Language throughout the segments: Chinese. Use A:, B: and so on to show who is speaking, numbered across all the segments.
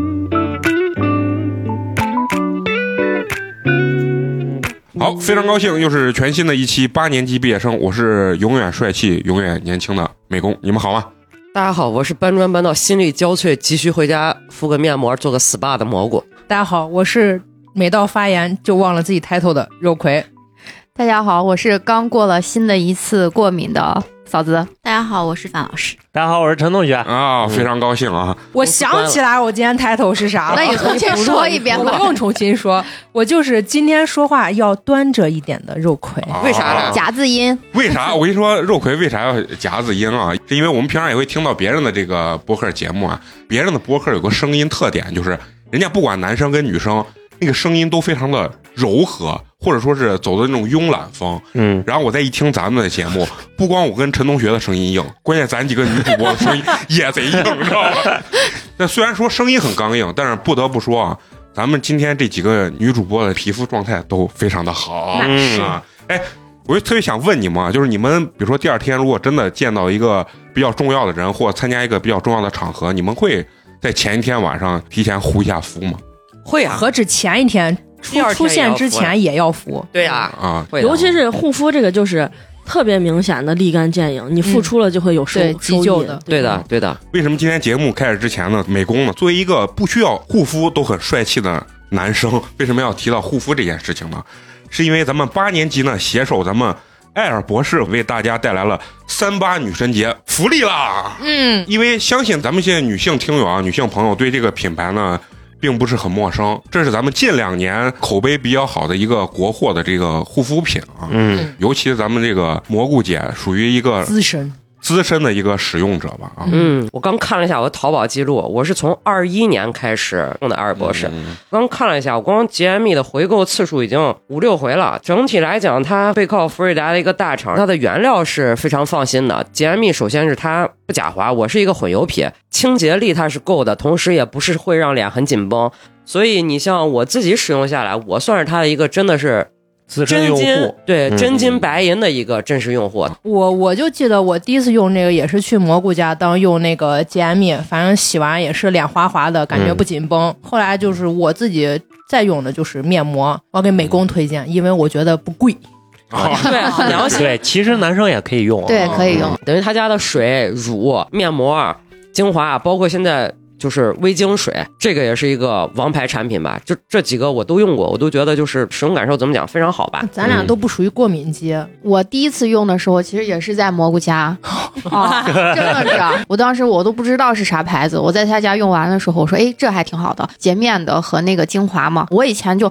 A: 嗯
B: 好，非常高兴，又是全新的一期八年级毕业生，我是永远帅气、永远年轻的美工，你们好吗？
A: 大家好，我是搬砖搬到心力交瘁，急需回家敷个面膜、做个 SPA 的蘑菇。
C: 大家好，我是每到发言就忘了自己 title 的肉葵。
D: 大家好，我是刚过了新的一次过敏的嫂子。
E: 大家好，我是范老师。
F: 大家好，我是陈同学。
B: 啊、
A: 嗯
B: 非常高兴啊！
C: 我想起来我今天 title 是啥了，
D: 那你重新说一遍吧
C: 我不用重新说，我就是今天说话要端着一点的肉葵。
A: 哎为啥呢
B: 啊
D: 夹字音，
B: 为啥？我跟你说，肉葵为啥要夹子音啊？是因为我们平常也会听到别人的这个播客节目啊，别人的播客有个声音特点，就是人家不管男生跟女生，那个声音都非常的柔和，或者说是走的那种慵懒风。
F: 嗯，
B: 然后我再一听咱们的节目，不光我跟陈同学的声音硬，关键咱几个女主播的声音也贼硬，你知道吗？ 那虽然说声音很刚硬，但是不得不说啊，咱们今天这几个女主播的皮肤状态都非常的好。
F: 那是
B: 啊，哎，我就特别想问你们啊，就是你们比如说第二天如果真的见到一个比较重要的人，或参加一个比较重要的场合，你们会在前一天晚上提前护一下肤吗？
A: 会啊，
C: 何止前一天出
A: 第二天
C: 出现之
A: 也要啊
C: 前也要服，
A: 对呀、
B: 啊，
A: 会的。
G: 尤其是护肤这个，就是特别明显的立竿见影，你付出了就会有收、
C: 嗯对
G: 收
C: 急救
G: 益
C: 的
A: 对的，对的，
B: 为什么今天节目开始之前呢，美工呢作为一个不需要护肤都很帅气的男生， 为什么要提到护肤这件事情呢？是因为咱们八年级呢携手咱们艾尔博士为大家带来了三八女神节福利啦！
C: 嗯，
B: 因为相信咱们现在女性听友啊、女性朋友对这个品牌呢。并不是很陌生，这是咱们近两年口碑比较好的一个国货的这个护肤品啊，
F: 嗯，
B: 尤其咱们这个蘑菇姐属于一个
C: 资深
B: 资深的一个使用者吧啊，
A: 嗯，我刚看了一下我的淘宝记录，我是从二一年开始用的艾尔博士，刚看了一下，我光 GME 的回购次数已经五六回了。整体来讲，它背靠佛罗里达的一个大厂，它的原料是非常放心的。GME 首先是它不假滑，我是一个混油皮，清洁力它是够的，同时也不是会让脸很紧绷。所以你像我自己使用下来，我算是它的一个真的是
F: 资深
A: 真
F: 用
A: 金
F: 户，
A: 对
F: 嗯
A: 真金白银的一个真实用户。
C: 我我就记得我第一次用这个也是去蘑菇家当用那个洁颜蜜，反正洗完也是脸滑滑的，感觉不紧绷。后来就是我自己再用的就是面膜，我给美工推荐，因为我觉得不贵。
B: 啊
A: 对，很良心。
F: 对，其实男生也可以用啊。
D: 对，可以用。
A: 等于他家的水、乳、面膜、精华，包括现在就是微晶水，这个也是一个王牌产品吧。就这几个我都用过，我都觉得就是使用感受怎么讲非常好吧。
C: 啊咱俩都不属于过敏肌，
D: 我第一次用的时候，其实也是在蘑菇家，啊，真的是。我当时我都不知道是啥牌子，我在他家用完的时候，我说，哎，这还挺好的，洁面的和那个精华嘛。我以前就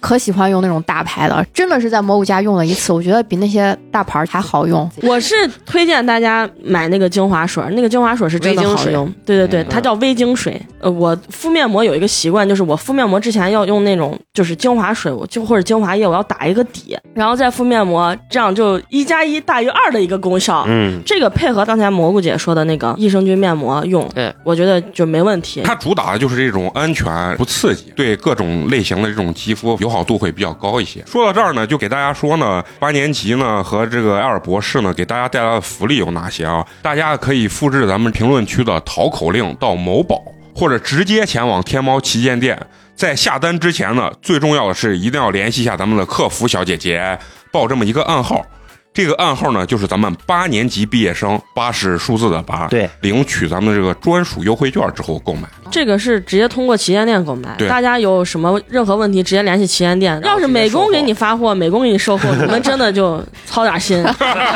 D: 可喜欢用那种大牌了，真的是在蘑菇家用了一次，我觉得比那些大牌还好用。
G: 我是推荐大家买那个精华水，那个精华水是真的好用。对对对，
B: 嗯
G: 它叫微晶水。呃，我敷面膜有一个习惯，就是我敷面膜之前要用那种就是精华水，我就或者精华液，我要打一个底，然后再敷面膜，这样就一加一大于二的一个功效。
F: 嗯，
G: 这个配合刚才蘑菇姐说的那个益生菌面膜用，
A: 对
G: 我觉得就没问题。
B: 它主打的就是这种安全、不刺激，对各种类型的这种肌肤友好度会比较高一些。说到这儿呢，就给大家说呢，八年级呢和这个艾尔博士呢给大家带来的福利有哪些啊？大家可以复制咱们评论区的淘口令到某宝，或者直接前往天猫旗舰店。在下单之前呢，最重要的是一定要联系一下咱们的客服小姐姐，报这么一个暗号。这个暗号呢，就是咱们八年级毕业生，八是数字的八，
F: 对，
B: 领取咱们这个专属优惠券之后购买。
G: 这个是直接通过旗舰店购买
B: 对，
G: 大家有什么任何问题直接联系旗舰店。
A: 然后
G: 要
A: 直接
G: 是美工给你发货，美工给你售后，你们真的就操点心。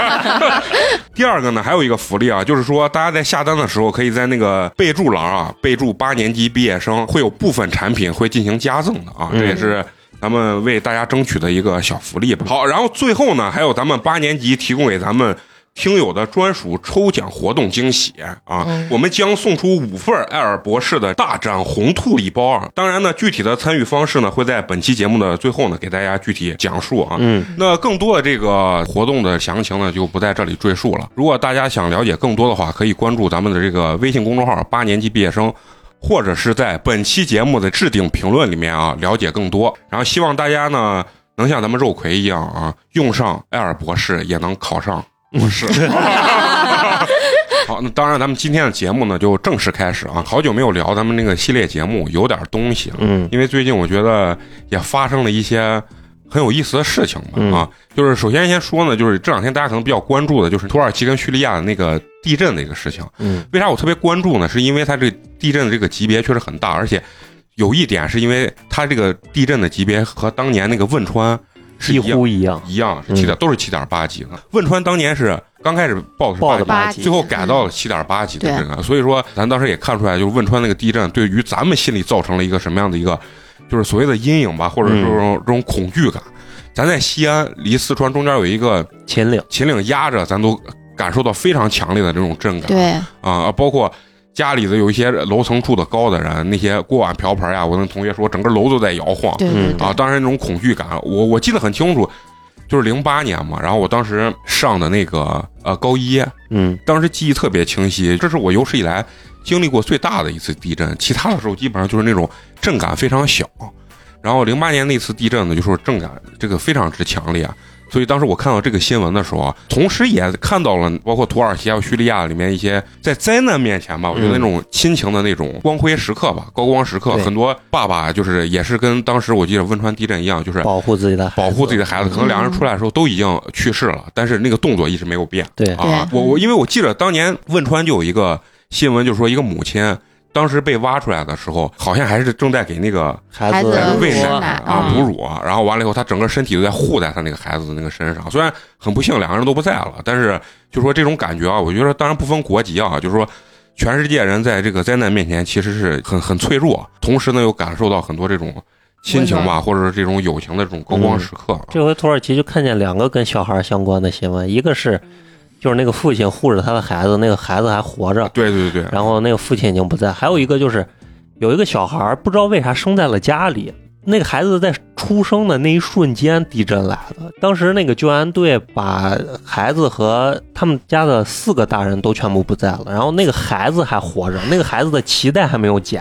B: 第二个呢，还有一个福利啊，就是说大家在下单的时候，可以在那个备注栏啊，备注八年级毕业生，会有部分产品会进行加赠的啊，
F: 嗯
B: 这也是。咱们为大家争取的一个小福利吧。好，然后最后呢，还有咱们八年级提供给咱们听友的专属抽奖活动惊喜啊！我们将送出五份艾尔博士的大展红兔礼包啊！当然呢，具体的参与方式呢，会在本期节目的最后呢，给大家具体讲述啊。
F: 嗯，
B: 那更多的这个活动的详情呢，就不在这里赘述了。如果大家想了解更多的话，可以关注咱们的这个微信公众号“八年级毕业生”，或者是在本期节目的置顶评论里面啊了解更多。然后希望大家呢能像咱们肉葵一样啊，用上艾尔博士也能考上
F: 嗯
B: 博士。 好，那当然，咱们今天的节目呢就正式开始啊。好久没有聊咱们那个系列节目，有点东西了，
F: 嗯
B: 因为最近我觉得也发生了一些很有意思的事情吧。
F: 嗯
B: 啊，就是首先先说呢，就是这两天大家可能比较关注的就是土耳其跟叙利亚的那个地震的一个事情。
F: 嗯
B: 为啥我特别关注呢？是因为它这个地震的这个级别确实很大，而且有一点是因为它这个地震的级别和当年那个汶川是一
F: 几
B: 样
F: 乎一样，
B: 一样，是七点、都是七点八级的。汶川当年是刚开始报的是
F: 报
B: 八
F: 的
B: 级。
F: 八
D: 八
F: 级
D: 级
B: 最后改到了七点八级的这个，所以说咱当时也看出来，就是汶川那个地震对于咱们心里造成了一个什么样的一个，就是所谓的阴影吧，或者是这种这种恐惧感。咱在西安离四川中间有一个
F: 秦岭，
B: 秦岭压着，咱都感受到非常强烈的这种震感。
D: 对，
B: 啊，包括家里的有一些楼层住的高的人，那些锅碗瓢盆呀，我那同学说整个楼都在摇晃
D: 对对
F: 嗯
B: 啊，
D: 对，
B: 当时那种恐惧感，啊我我记得很清楚，就是零八年嘛，然后我当时上的那个呃高一，
F: 嗯
B: 当时记忆特别清晰，这是我有史以来经历过最大的一次地震，其他的时候基本上就是那种震感非常小。然后零八年那次地震呢，就说震感这个非常之强烈，啊所以当时我看到这个新闻的时候啊，同时也看到了包括土耳其还有啊叙利亚里面一些在灾难面前吧，我觉得那种亲情的那种光辉时刻吧，高光时刻，
F: 对
B: 很多爸爸就是也是跟当时我记得汶川地震一样，就是
F: 保护自己的，
B: 保护自己的孩子，可能两人出来的时候都已经去世了，但是那个动作一直没有变。
F: 对
B: 啊，
D: 对
B: 我我因为我记得当年汶川就有一个新闻，就是说一个母亲。当时被挖出来的时候，好像还是正在给那个
F: 孩
D: 孩
B: 孩
D: 子
B: 子喂
D: 喂
B: 奶
D: 奶
B: 啊
D: 嗯
B: 哺乳啊，然后完了以后，他整个身体都在护在他那个孩子的那个身上。虽然很不幸两个人都不在了，但是就说这种感觉啊，我觉得当然不分国籍啊，就是说全世界人在这个灾难面前其实是很很脆弱，同时呢又感受到很多这种亲情啊
C: 温
B: 吧，或者是这种友情的这种高光时刻啊。
F: 这回土耳其就看见两个跟小孩相关的新闻，一个是就是那个父亲护着他的孩子，那个孩子还活着，
B: 对对对，
F: 然后那个父亲已经不在，还有一个就是有一个小孩儿不知道为啥生在了家里，那个孩子在出生的那一瞬间地震来了，当时那个救援队把孩子和他们家的四个大人都全部不在了，然后那个孩子还活着，那个孩子的脐带还没有解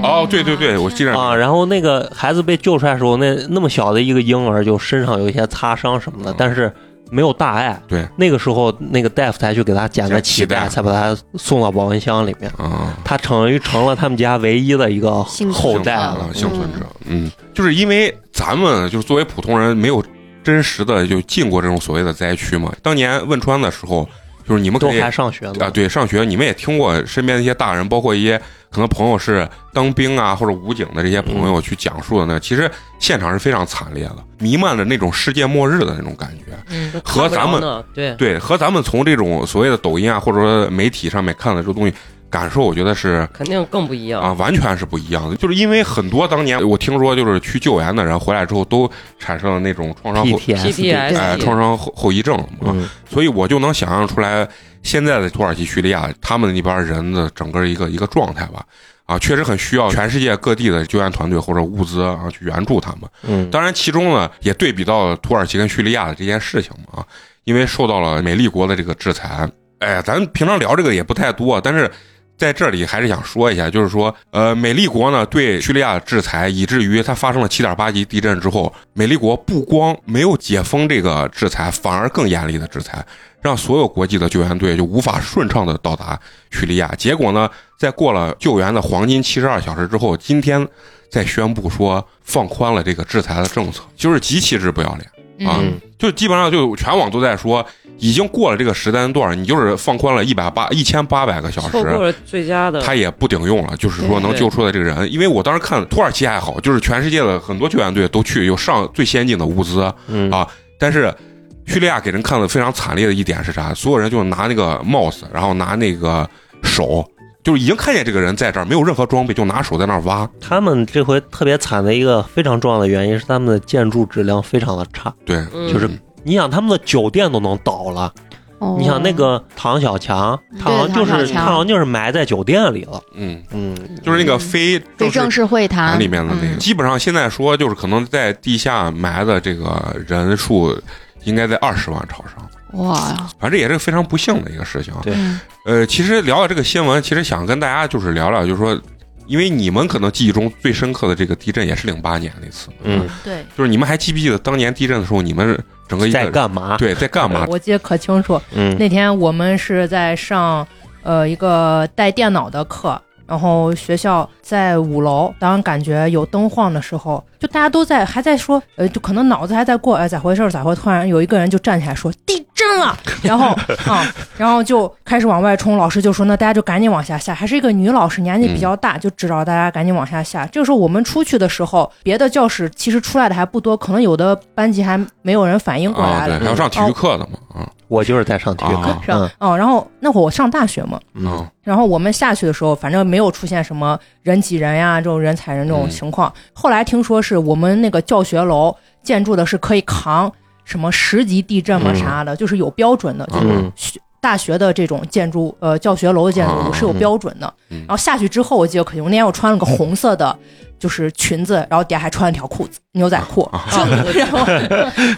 B: 哦，对对对，我记 得
F: 嗯啊，然后那个孩子被救出来的时候，那那么小的一个婴儿就身上有一些擦伤什么的，
B: 嗯
F: 但是没有大碍。
B: 对，
F: 那个时候那个大夫才去给他剪了脐
B: 剪脐带
F: 带，才把他送到保温箱里面。
B: 啊。
F: 他等于成了他们家唯一的一个
D: 幸存
F: 后代
D: 者
F: 了
B: 啊，。幸存者，嗯，就是因为咱们就是作为普通人，没有真实的就进过这种所谓的灾区嘛。当年汶川的时候，就是你们
F: 都
B: 可以
F: 还上学
B: 啊，
F: 呢，
B: 对，上学你们也听过身边的一些大人，包括一些可能朋友是当兵啊或者武警的这些朋
F: 嗯
B: 友去讲述的呢。其实现场是非常惨烈的，弥漫着那种世界末日的那种感觉。
C: 嗯，
B: 和咱们
A: 呢，对，
B: 对，和咱们从这种所谓的抖音啊或者说媒体上面看的这个东西，感受我觉得是
A: 肯定更不一样。
B: 啊，完全是不一样的。就是因为很多当年我听说，就是去救援的人回来之后都产生了那种创伤后
F: PTSD。
A: PTSD
B: 哎创伤后后遗症嘛，
F: 嗯，
B: 所以我就能想象出来现在的土耳其、叙利亚他们那边人的整个一个一个状态吧。啊，确实很需要全世界各地的救援团队或者物资啊去援助他们。
F: 嗯，
B: 当然，其中呢也对比到了土耳其跟叙利亚的这件事情嘛，啊，因为受到了美利国的这个制裁。哎，咱平常聊这个也不太多，但是在这里还是想说一下，就是说，呃，美利国呢对叙利亚的制裁，以至于它发生了7.8级地震之后，美利国不光没有解封这个制裁，反而更严厉的制裁，让所有国际的救援队就无法顺畅的到达叙利亚。结果呢，在过了救援的黄金72小时之后，今天再宣布说放宽了这个制裁的政策，就是极其之不要脸。啊
C: 嗯，
B: 就基本上就全网都在说，已经过了这个时间段，你就是放宽了一百八一千八百个小
A: 错过
B: 时，
A: 了最佳的，
B: 他也不顶用了，就是说
D: 对
B: 能救出来这个人。因为我当时看土耳其还好，就是全世界的很多救援队都去，有上最先进的物资，
F: 嗯
B: 啊但是。叙利亚给人看的非常惨烈的一点是啥？所有人就拿那个帽子，然后拿那个手，就是已经看见这个人在这儿，没有任何装备，就拿手在那儿挖。
F: 他们这回特别惨的一个非常重要的原因是他们的建筑质量非常的差。
B: 对，
A: 嗯
F: 就是你想他们的酒店都能倒了，
D: 哦
F: 你想那个唐小强，他
D: 对
F: 好像就
D: 唐
F: 是
D: 小
F: 他
D: 强
F: 好像就是埋在酒店里了。
B: 嗯，
F: 嗯，
B: 就是那个非
D: 非
B: 正式
D: 正式会
B: 坛
D: 谈
B: 里面的那个，
D: 嗯
B: 基本上现在说就是可能在地下埋的这个人数，应该在二十万朝上，
D: 哇，
B: 反正也是非常不幸的一个事情啊。
F: 对
D: 嗯
B: 呃，其实聊到这个新闻，其实想跟大家就是聊聊，就是说因为你们可能记忆中最深刻的这个地震也是零八年那次，
F: 嗯，
C: 对，
B: 就是你们还记不记得当年地震的时候，你们整嗯个一
F: 在
B: 个
F: 干嘛？
B: 对在干 嘛？
C: 我记得可清楚。
F: 嗯，
C: 那天我们是在上呃一个带电脑的课，然后学校在五楼，当感觉有灯晃的时候，就大家都在还在说，呃，就可能脑子还在过，哎，咋回事儿？咋回事儿？突然有一个人就站起来说地震了，然后啊、然后就开始往外冲，老师就说那大家就赶紧往下下，还是一个女老师，年纪比较大，就指导大家赶紧往下下。这个时候我们出去的时候，别的教室其实出来的还不多，可能有的班级还没有人反应
F: 哦
C: 过
B: 啊，对，
C: 来了。哦
B: 还有上体育课的嘛，啊，
F: 我就是在上体育课
B: 啊，
C: 是
F: 嗯
C: 吧？哦，然后那会儿我上大学嘛，
B: 嗯，
C: 然后我们下去的时候，反正没有出现什么人挤人呀、这种人踩人这
F: 嗯
C: 种情况。后来听说是我们那个教学楼建筑的是可以扛什么十级地震嘛
F: 嗯
C: 啥的，就是有标准的，就是
F: 嗯
C: 大学的这种建筑，呃，教学楼的建筑
B: 啊
C: 是有标准的。
B: 嗯
C: 然后下去之后，我记得可清，那天我穿了个红色的，就是裙子，然后底下还穿了条裤子，牛仔裤，
B: 啊
C: 然后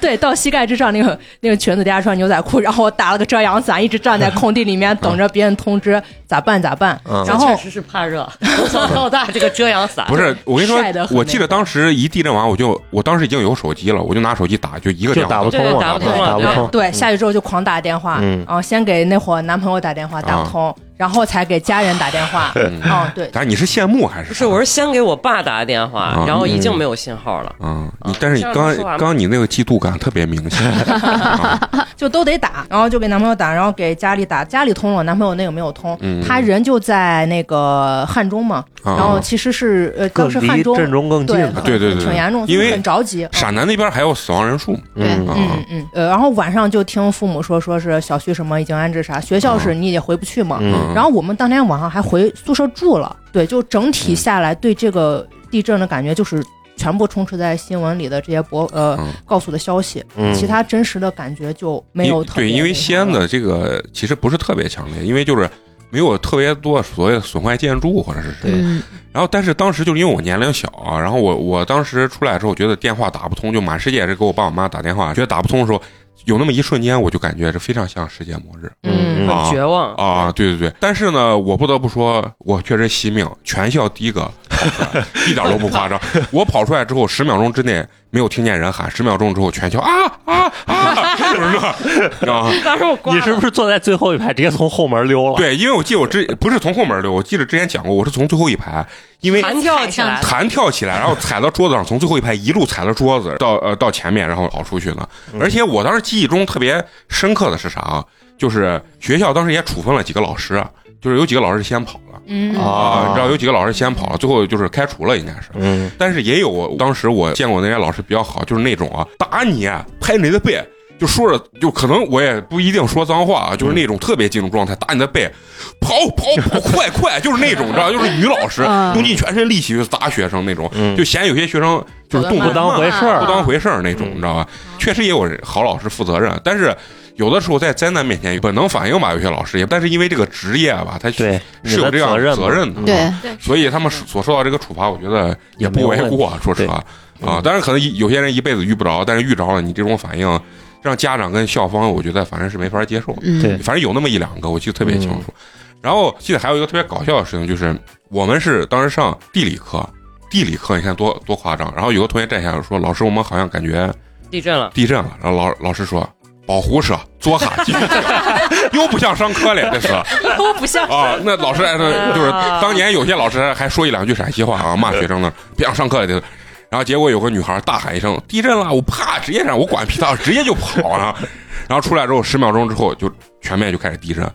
C: 对，到膝盖之上那个那个裙子底下穿牛仔裤，然后我打了个遮阳伞，一直站在空地里
B: 啊
C: 面等着别人通知咋办咋办。
F: 嗯
C: 然后
A: 确实是怕热，从小到大这个遮阳伞
B: 不是，我跟你
C: 晒得
B: 说，
C: 很
B: 我记得当时一地震完，我就我当时已经有手机了，我就拿手机打，就一个
F: 嗯就
B: 电
F: 打
B: 话
F: 不通了，
A: 对打不通了
F: 打不通。
C: 啊
B: 嗯
C: 对，下去之后就狂打电话，
F: 嗯
C: 然后先给那会儿男朋友打电话打不
B: 啊
C: 通，然后才给家人打电 话。
B: 嗯
C: 哦，对，
B: 但是你是羡慕还是？
A: 不是，我是先给我爸打的电话
B: 啊，
A: 然后已经没有信号了。
B: 嗯，你
C: 哦
B: 但是你
A: 这样
B: 刚
A: 说
B: 刚
A: 完吧
B: 刚你那个嫉妒感特别明 显，啊
C: 就都得打，然后就给男朋友打，然后给家里打，家里通了，男朋友那个没有通，
B: 嗯
C: 他人就在那个汉中嘛，然后
B: 啊，
C: 其实是呃
F: 更
C: 当时汉
F: 离
C: 中
F: 震中更近
C: 对
F: 了，
B: 对对对
C: 挺严重，
B: 因为
C: 很着急。
B: 陕南那边还有死亡人数嘛
F: 嗯
B: 啊
D: 对
C: 嗯，嗯，呃，然后晚上就听父母说，说是小区什么已经安置啥，学
B: 啊
C: 校是你也回不去嘛。
F: 嗯
C: 然后我们当天晚上还回宿舍住了，对，就整体下来对这个地震的感觉就是全部充斥在新闻里的这些博呃
B: 嗯
C: 告诉的消息，
F: 嗯，
C: 其他真实的感觉就没有
B: 因
C: 特别
B: 对，因为
C: 那
B: 西
C: 啥
B: 安
C: 了
B: 的这个其实不是特别强烈，因为就是没有特别多所谓的损坏建筑或者是什么。
F: 对
D: 嗯
B: 然后，但是当时就是因为我年龄小啊，然后我我当时出来之后，觉得电话打不通，就满世界也是给我爸我妈打电话，觉得打不通的时候，有那么一瞬间，我就感觉这非常像世界末日
F: 嗯
A: 嗯，
B: 啊
A: 很绝望。
B: 啊！对对对，但是呢，我不得不说，我确实惜命，全校第一 个跑出来，一点都不夸张。我跑出来之后，十秒钟之内没有听见人喊，十秒钟之后全校啊啊 啊，就是这，啊。
A: 当时我
F: 你是不是坐在最后一排，直接从后门溜了？
B: 对，因为我记得我之不是从后门溜，我记得之前讲过，我是从最后一排，因为
A: 弹跳起来了？
B: 弹跳起来，然后踩到桌子上，从最后一排一路踩到桌子，到呃到前面，然后跑出去的。而且我当时记忆中特别深刻的是啥啊？就是学校当时也处分了几个老师啊，就是有几个老师先跑了
C: 嗯
B: 啊，
F: 啊
B: 你知道有几个老师先跑了，最后就是开除了，应该是。
F: 嗯，
B: 但是也有当时我见过那些老师比较好，就是那种啊打你拍你的背。就说着，就可能我也不一定说脏话啊，就是那种特别激动状态，打你的背，跑跑跑，快快，就是那 种，你知道，就是女老师
D: 嗯
B: 用尽全身力气去砸学生那种，就嫌有些学生就是动
F: 不
B: 作
F: 当
B: 慢
F: 回事儿
B: 嗯不当回事儿那啊嗯种，你知道吧？确实也有好老师负责任，但是有的时候在灾难面前本能反应吧，有些老师也，但是因为这个职业吧，他
F: 对，
B: 是
F: 你
B: 有
F: 的
B: 这样
F: 责任嘛
B: 责任的，
D: 对，
E: 嗯
B: 所以他们所受到这个处罚，我觉得也不为过，说实话
F: 对
B: 啊。当然，可能有些人一辈子遇不着，但是遇着了，你这种反应让家长跟校方，我觉得反正是没法接受。
D: 嗯
F: 对嗯
B: 反正有那么一两个，我记得特别清楚。然后记得还有一个特别搞笑的事情，就是我们是当时上地理课，地理课你看多多夸张。然后有个同学站起来说：“老师，我们好像感觉
A: 地震了，
B: 地震了。”然后老老师说。保护社左哈鸡， 又不像上课了，这是。
A: 都不像
B: 啊，那老师还那就是当年有些老师还说一两句陕西话啊，骂学生呢，别想上课了。然后结果有个女孩大喊一声“地震了”，我啪，直接让我管屁大，直接就跑了。 然后出来之后，十秒钟之后就全面就开始地震。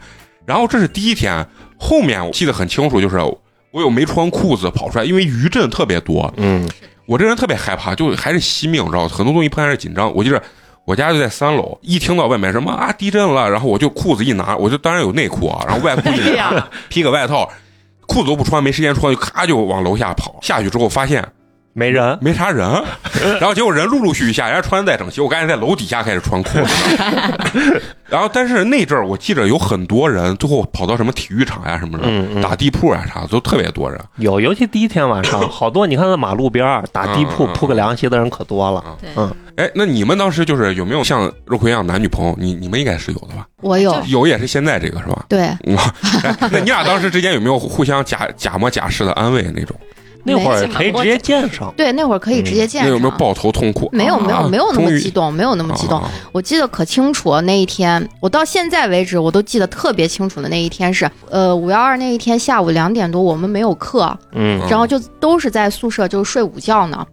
B: 然后这是第一天，后面我记得很清楚，就是我有没穿裤子跑出来，因为余震特别多。
F: 嗯
B: 我这人特别害怕，就还是惜命，知道吗很多东西碰还是紧张。我记得我家就在三楼，一听到外面什么啊地震了，然后我就裤子一拿，我就当然有内裤啊，然后外裤一拿，披个外套，裤子都不穿，没时间穿，就咔就往楼下跑。下去之后发现
F: 没人，
B: 没啥人，然后结果人陆陆续续下，人家穿的再整齐，我赶紧在楼底下开始穿裤子。 然后，但是那阵儿我记着有很多人，最后跑到什么体育场呀、什么的，
F: 嗯嗯
B: 打地铺呀、啥的，都特别多人。
F: 有，尤其第一天晚上，好多你看在马路边儿打地
B: 嗯
F: 铺
B: 嗯嗯
F: 铺个凉席的人可多了。
C: 对
F: 嗯
B: 哎，那你们当时就是有没有像肉葵一样男女朋友？你你们应该是有的吧？
D: 我有，
B: 有也是现在这个是吧？
D: 对，
B: 哇，哎那你俩当时之间有没有互相假假模假式的安慰那种？
F: 那会儿可以直接见上，
D: 对，那会儿可以直接
B: 嗯
D: 见
B: 那
D: 上。
B: 有没有抱头痛哭？
D: 没有没有没有那么激
B: 激动，
D: 动，没有那么激动
B: 啊。
D: 我记得可清楚了那一天，我到现在为止我都记得特别清楚的那一天是，呃，五幺二那一天下午两点多，我们没有课，
F: 嗯
B: 嗯
D: 然后就都是在宿舍就睡午觉呢。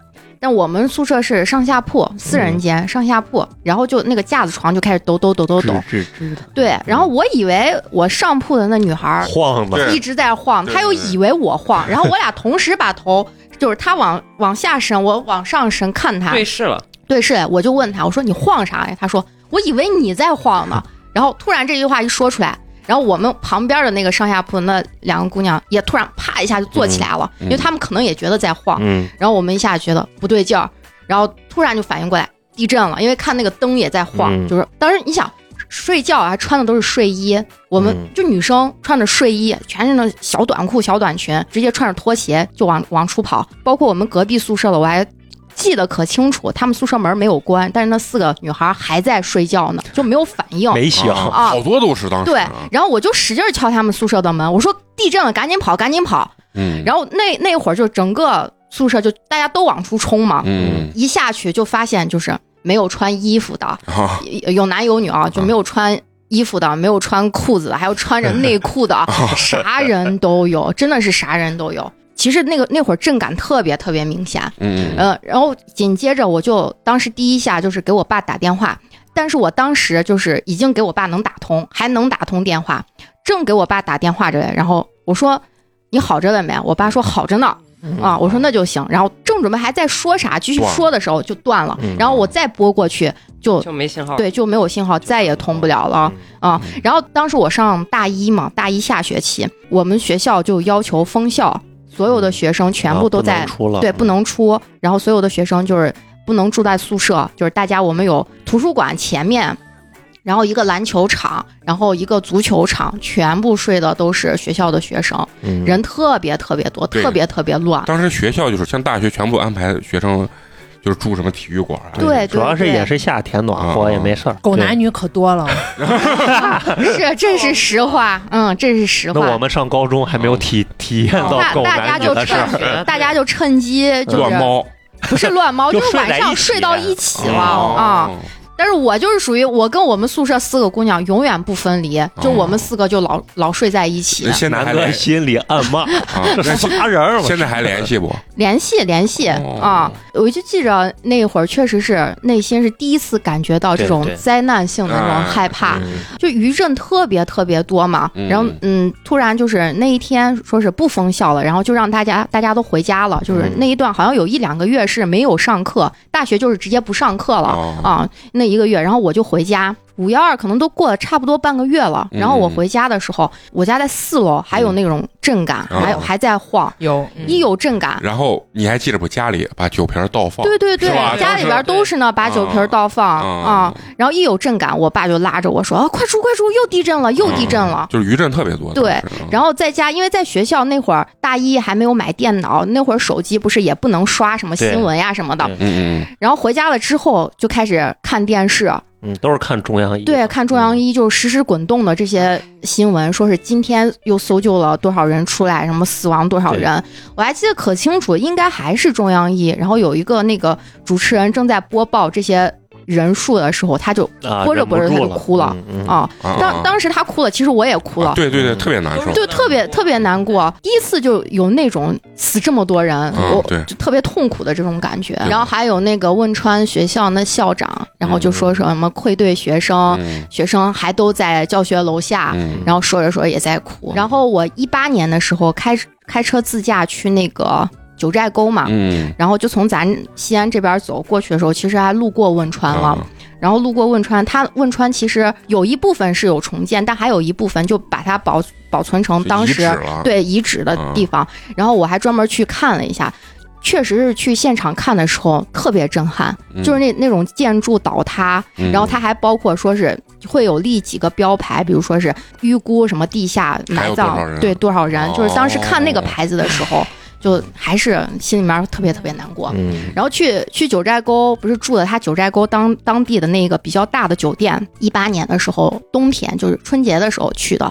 D: 但我们宿舍是上下铺，
B: 嗯
D: 四人间、上下铺，然后就那个架子床就开始抖抖抖抖
F: 吱
D: 抖。
F: 吱吱的
D: 对，然后我以为我上铺的那女孩儿
F: 晃的，
B: 对
D: 一直在晃，
B: 对
D: 她又
B: 对对
D: 以为我晃，然后我俩同时把头，就是她往往下伸，我往上伸看她。
A: 对视了，
D: 对，是，我就问他，我说你晃啥呀？他说我以为你在晃 呢。然后突然这句话一说出来，然后我们旁边的那个上下铺那两个姑娘也突然啪一下就坐起来了，
B: 嗯嗯
D: 因为她们可能也觉得在晃。
F: 嗯，
D: 然后我们一下觉得不对劲儿，然后突然就反应过来地震了，因为看那个灯也在晃，
F: 嗯
D: 就是当时你想。睡觉啊，穿的都是睡衣，我们、
F: 嗯
D: 就女生穿着睡衣，全是那小短裤、小短裙，直接穿着拖鞋就往往出跑。包括我们隔壁宿舍的，我还记得可清楚，他们宿舍门没有关，但是那四个女孩还在睡觉呢，就没有反应。
F: 没响，
B: 啊好多都是当时
D: 对
B: 啊，
D: 然后我就使劲儿敲他们宿舍的门，我说地震了，赶紧跑，赶紧跑。
B: 嗯，
D: 然后那那会儿就整个宿舍就大家都往出冲嘛，
B: 嗯
D: 一下去就发现就是没有穿衣服的，
B: 啊，
D: 有有男有女啊，就没有穿衣服的，没有穿裤子的，还有穿着内裤的，啥人都有，真的是啥人都有。其实那个那会儿震感特别特别明显，
B: 嗯嗯
D: 呃，然后紧接着我就当时第一下就是给我爸打电话，但是我当时就是已经给我爸能打通，还能打通电话，正给我爸打电话着嘞，然后我说你好着了没？我爸说好着呢。
F: 嗯
D: 啊，我说那就行，然后正准备还在说啥，继续
B: 断了
D: 说的时候就断了
F: 嗯，
D: 然后我再拨过去就
A: 就没信号。
D: 对，就没有信号，再也通不了了
F: 嗯
D: 啊。然后当时我上大一嘛，大一下学期，我们学校就要求封校，所有的学生全
F: 啊
D: 部都
F: 不能
D: 在
F: 出了，
D: 对，不能出，然后所有的学生就是不能住在宿舍，就是大家我们有图书馆前面。然后一个篮球场，然后一个足球场，全部睡的都是学校的学生，
F: 嗯
D: 人特别特别多，
B: 对
D: 特别特别 乱。
B: 当时学校就是像大学全部安排学生就是住什么体育馆啊，
D: 对，
F: 主要是
D: 对嗯
F: 也是夏天暖和
B: 啊
F: 也没事儿，
C: 狗
F: 对
C: 男。女可多了，
D: 是，这是实话，嗯，这是实话。
F: 那我们上高中还没有
D: 嗯
F: 体体验到
D: 大
F: 狗
D: 大
F: 男
D: 家
F: 女
D: 就
F: 的事儿，嗯
D: 趁大家就趁 机就是
B: 乱猫
D: 不是乱猫，
F: 就是睡
D: 晚
F: 在一
D: 上
F: 起
D: 睡到一起了
B: 哦
D: 啊。但是我就是属于我跟我们宿舍四个姑娘永远不分离，
F: 哦
D: 就我们四个就老老睡在一起
B: 那，现在
F: 南
B: 还
F: 哥
B: 联系
F: 心里暗 骂，
B: 啊？
F: 这
B: 那
F: 是
B: 现
F: 啥人儿嘛？
B: 现在还联系不？
D: 联系联系
B: 哦
D: 啊。我就记着那会儿确实是内心是第一次感觉到这种
F: 对对
D: 灾难性的那种害怕，
F: 嗯
D: 就余震特别特别多嘛。
B: 嗯
D: 然后嗯，突然就是那一天说是不封校了，然后就让大家大家都回家了，就是
F: 嗯
D: 那一段好像有一两个月是没有上课，大学就是直接不上课了。
B: 啊，
D: 啊，那一个月，然后我就回家。五幺二可能都过了差不多半个月了，然后我
B: 嗯
D: 回家的时候，我家在四楼，还有那种震感，
B: 嗯
D: 还有
B: 哦
D: 还在晃，
C: 有
D: 一有嗯震感，
B: 然后你还记着不？家里把酒瓶倒放，
D: 对对对
B: 是吧，
D: 家里边都是那把酒瓶倒放啊
B: 啊，
D: 然后一有震感，我爸就拉着我说：“啊，快出快出，又地震了，又地震了。
B: 嗯就是余震特别多。
D: 对
B: 当时，嗯
D: 然后在家，因为在学校那会儿大一还没有买电脑，那会儿手机不是也不能刷什么
F: 对
D: 新闻呀什么的
F: 对。
B: 嗯嗯
D: 然后回家了之后就开始看电视，
F: 嗯，都是看中央一。
D: 对，看
B: 嗯
D: 中央一就是实时滚动的这些新闻，说是今天又搜救了多少人出来，什么死亡多少人，我还记得可清楚，应该还是中央一。然后有一个那个主持人正在播报这些人数的时候，他就
F: 啊，
D: 播着播着
F: 忍
D: 他
F: 不
D: 就
F: 住
D: 哭了
F: 了。嗯，嗯
D: 啊，
B: 嗯，
D: 当当
B: 时
D: 时他哭了，其实我也哭了。
B: 对对对，
F: 嗯
B: 特别难受。
D: 就特别特别难过，第一次就有那种死这么多人，
B: 嗯
D: 我
B: 对
D: 就特别痛苦的这种感觉。然后还有那个汶川学校那校长，然后就说什么愧对学生，
B: 嗯
D: 学生还都在教学楼下，
B: 嗯
D: 啊然后说着说着也在哭。然后我一八年的时候开开车自驾去那个九寨沟嘛，
B: 嗯
D: 然后就从咱西安这边走过去的时候，其实还路过汶川了。
B: 啊
D: 然后路过汶川，它汶川其实有一部分是有重建，但还有一部分就把它保保存成当
B: 遗址嗯
D: 时
B: 了
D: 对遗址的地方。然后我还专门去看了一下。确实是去现场看的时候特别震撼，
B: 嗯
D: 就是那那种建筑倒塌，
B: 嗯
D: 然后它还包括说是会有立几个标牌，比如说是预估什么地下
B: 还
D: 埋
B: 有多
D: 葬
B: 少人，啊
D: 对多少人，就是当时看那个
B: 哦
D: 牌子的时候， 就还是心里面特别特别难过。
F: 嗯，
D: 然后去去九寨沟，不是住的他九寨沟当当地的那个比较大的酒店。一八年的时候，冬天就是春节的时候去的。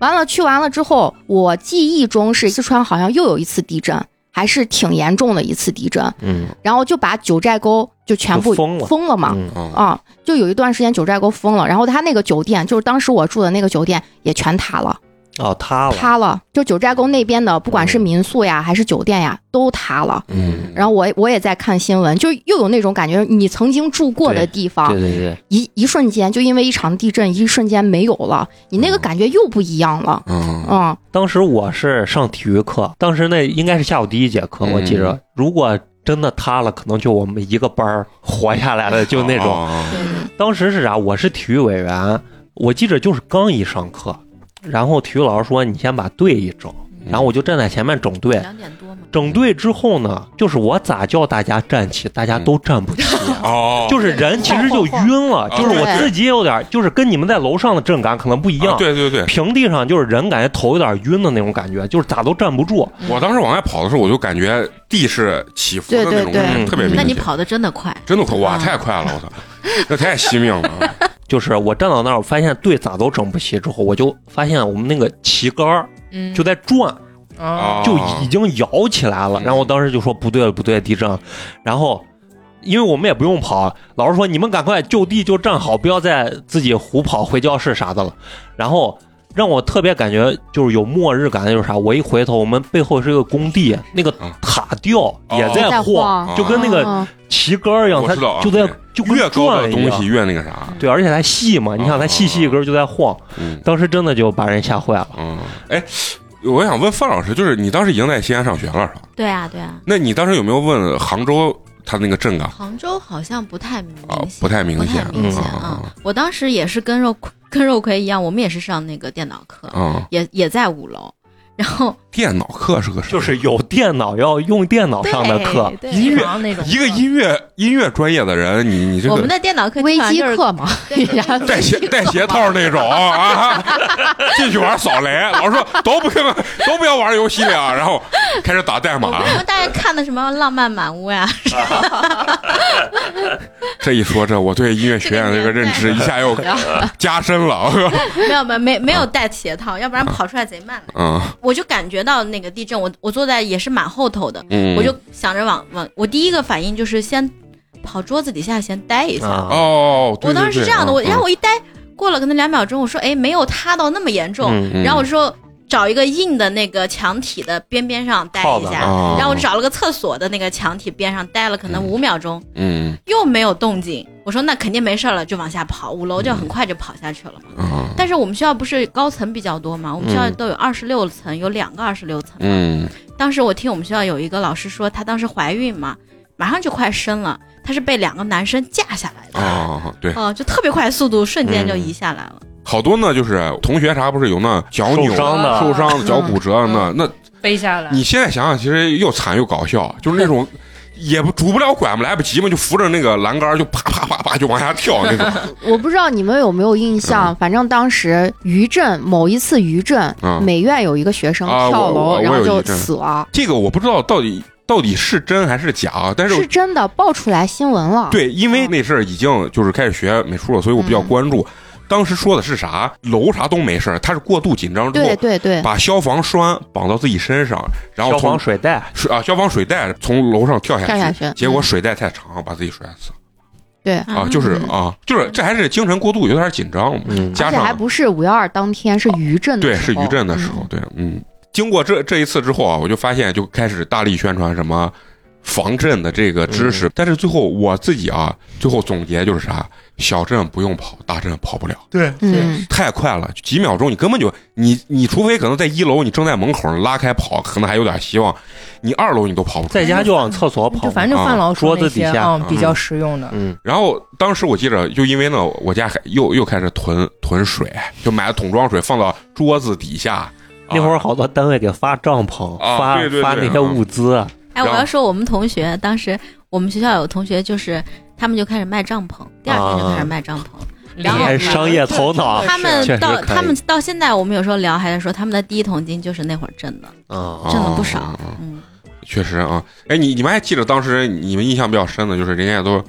D: 完了，去完了之后，我记忆中是四川好像又有一次地震，还是挺严重的一次地震。
F: 嗯，
D: 然后就把九寨沟就全部
F: 就封了
D: 嘛。
F: 嗯
B: 嗯
D: 啊，就有一段时间九寨沟封了，然后他那个酒店，就是当时我住的那个酒店也全塌了，
F: 哦，塌了，哦
D: 塌了。就九寨沟那边的，不管是民宿呀还是酒店呀，都塌了。
B: 嗯，
D: 然后我我也在看新闻，就又有那种感觉，你曾经住过的地
F: 对
D: 方，
F: 对对，
D: 一一瞬间就因为一场地震，一瞬间没有了，你
F: 嗯
D: 那个感觉又不一样了。
B: 嗯
D: 嗯，
F: 当时我是上体育课，当时那应该是下午第一节课，
B: 嗯
F: 我记着。如果真的塌了，可能就我们一个班儿活下来了，就那种。
B: 哦
F: 当时是啥？我是体育委员，我记着就是刚一上课，然后体育老师说你先把队一整，
B: 嗯
F: 然后我就站在前面整队。
E: 两点多嘛，
F: 整队之后呢，就是我咋叫大家站起，大家都站不起。
B: 嗯哦，
F: 就是人其实就晕了，就是我自己也有点儿，就是跟你们在楼上的震感可能不一
B: 啊
F: 样。
B: 对对对，
F: 平地上就是人感觉头有点晕的那种感觉，就是咋都站不住。
B: 我当时往外跑的时候，我就感觉地是起伏的
D: 对对
B: 那种
D: 对
B: 感觉，
F: 嗯
B: 特别明
E: 那
B: 显。
E: 你跑的真的快，
B: 真的快，哇，
E: 啊
B: 太快了，我操，那太惜命 了。
F: 就是我站到那儿，我发现队咋都整不齐之后，我就发现我们那个旗杆儿
C: 嗯，
F: 就在转，
C: 啊，
F: 就已经摇起来了。
B: 嗯
F: 然后我当时就说不对了，不对，地震了。然后。因为我们也不用跑，老师说你们赶快就地就站好，不要再自己胡跑回教室啥的了。然后让我特别感觉就是有末日感的就是啥，我一回头，我们背后是一个工地，那个
B: 啊
F: 塔吊也
B: 哦
F: 在
D: 嗯在
F: 晃，
D: 晃
F: 就跟那个
D: 嗯
F: 旗杆儿一样，
B: 我
F: 它
B: 知道啊
F: 就在
B: 对
F: 就跟
B: 越高
F: 转
B: 的
F: 一
B: 东
F: 样
B: 西哦越那个啥，
F: 嗯对，啊而且它细嘛，你想它细细一根儿就在晃，
B: 嗯
F: 当时真的就把人吓坏了。
B: 嗯，哎。我想问范老师，就是你当时已经在西安上学了是吧？
E: 对啊对啊，
B: 那你当时有没有问杭州他那个啊震感
E: 杭州好像不太明
B: 啊
E: 显，？
B: 不太明
E: 不
B: 显
E: 太，明显
B: 嗯
E: 啊。我当时也是跟肉跟肉葵一样，我们也是上那个电脑课，
B: 嗯嗯，
E: 也也在五楼，然后
B: 电脑课是个什么
F: 就是有电脑要用电脑上的课，
C: 对
B: 音乐
C: 那种
B: 一个
C: 课
B: 音乐音乐专业的人，你你这
E: 我们
B: 个
E: 的电脑课
D: 危
E: 基本上
D: 机
E: 就是
D: 课嘛，
E: 对
B: 带鞋带鞋套那种 啊，进去玩扫雷，老师说都不要都不要玩游戏啊，然后开始打代
E: 我
B: 码
E: 们。我们大家看的什么《浪漫满屋》呀，
B: 这一说这，我对音乐学院的这个认知一下又加深 了。
E: 没有没有没没有带鞋套，要不
B: 啊
E: 然跑出来贼慢的。
B: 嗯
E: 我就感觉到那个地震，我我坐在也是蛮后头的，
B: 嗯，
E: 我就想着往往我第一个反应就是先跑桌子底下先待一下。
F: 啊，
B: 哦，对
E: 我当时是这样的，我然后
B: 我
E: 我一待过了可能两秒钟，我说哎没有塌到那么严重，
F: 嗯
B: 嗯
E: 然后我说找一个硬的那个墙体的边边上待
F: 靠
E: 一
F: 的
E: 下，
B: 啊
E: 然后我找了个厕所的那个墙体边上待了可能
B: 嗯
E: 五秒钟，
B: 嗯
E: 又没有动静，我说那肯定没事儿了，就往下跑，五楼就很快就跑下去了嘛。
B: 嗯
E: 但是我们学校不是高层比较多嘛，我们学校
B: 嗯
E: 都有二十六层，有两个二十六层。
B: 嗯
E: 当时我听我们学校有一个老师说，她当时怀孕嘛，马上就快生了，她是被两个男生架下来的，
B: 啊，对，
E: 哦、就特别快速度，瞬间就移下来了。
B: 好多呢，就是同学啥不是有那脚扭啊
F: 受伤
D: 啊
F: 的
B: 受伤的脚骨折的啊那
D: 嗯
B: 那
C: 背下来，
B: 你现在想想，其实又惨又搞笑，就是那种也不拄不了拐嘛，来不及嘛，就扶着那个栏杆儿就啪啪啪啪就往下跳那 种。
D: 我不知道你们有没有印象，反正当时余震某一次余震
B: 嗯，
D: 美院有一个学生
B: 啊我
D: 跳
B: 我
D: 楼，然
B: 我
D: 后
B: 有
D: 就
B: 余震
D: 死了，
B: 这个我不知道到底到底是真还是假，啊但
D: 是啊
B: 是。
D: 真的爆出来新闻了。
B: 对，因为那事儿已经就是开始学美术了，所以我比较关注。
D: 嗯
B: 当时说的是啥？楼啥都没事儿，他是过度紧张之
D: 对
B: 后，
D: 对对，
B: 把消防栓绑到自己身上，然后
F: 消
B: 从
F: 防水带，
B: 水啊消防水带从楼上跳下
D: 跳下
B: 去，
D: 去嗯
B: 结果水带太长，把自己摔死。
D: 对
B: 啊，就是
D: 嗯
B: 啊，就是这还是精神过度，有点紧张嘛，
F: 嗯，
B: 加
D: 而且
B: 上
D: 还不是五幺二当天，是余震的
B: 对，是
D: 时候
B: 余震的时候，对，嗯。经过这这一次之后啊，我就发现就开始大力宣传什么防震的这个知识，但是最后我自己啊，最后总结就是啥，小震不用跑，大震跑不了，
F: 对，
D: 嗯，
B: 太快了，就几秒钟你根本就你你除非可能在一楼你正在门口拉开跑，可能还有点希望，你二楼你都跑不出来。
F: 在家就往厕所跑
C: 就，反正就范老师
F: 桌
C: 那
F: 子底
C: 些
F: 下
C: 嗯比较实用的，
F: 嗯，
B: 然后当时我记着，就因为呢，我家还又又开始囤囤水，就买了桶装水放到桌子底下。
F: 那会儿好多单位给发帐篷，
B: 啊
F: 发
B: 哦对对对
F: 发那些物资，啊
E: 哎，我要说我们同学当时我们学校有同学就是他们就开始卖帐篷，第二天就开始卖帐篷。然后
F: 你还商业头脑
E: 他
F: 确
E: 们
F: 实
E: 到
F: 可以
E: 他们到现在，我们有时候聊还在说他们的第一桶金就是那会儿挣的，
F: 啊
E: 挣了不少。
B: 啊
E: 嗯，
B: 确实啊，哎，你你们还记得当时你们印象比较深的，就是人家都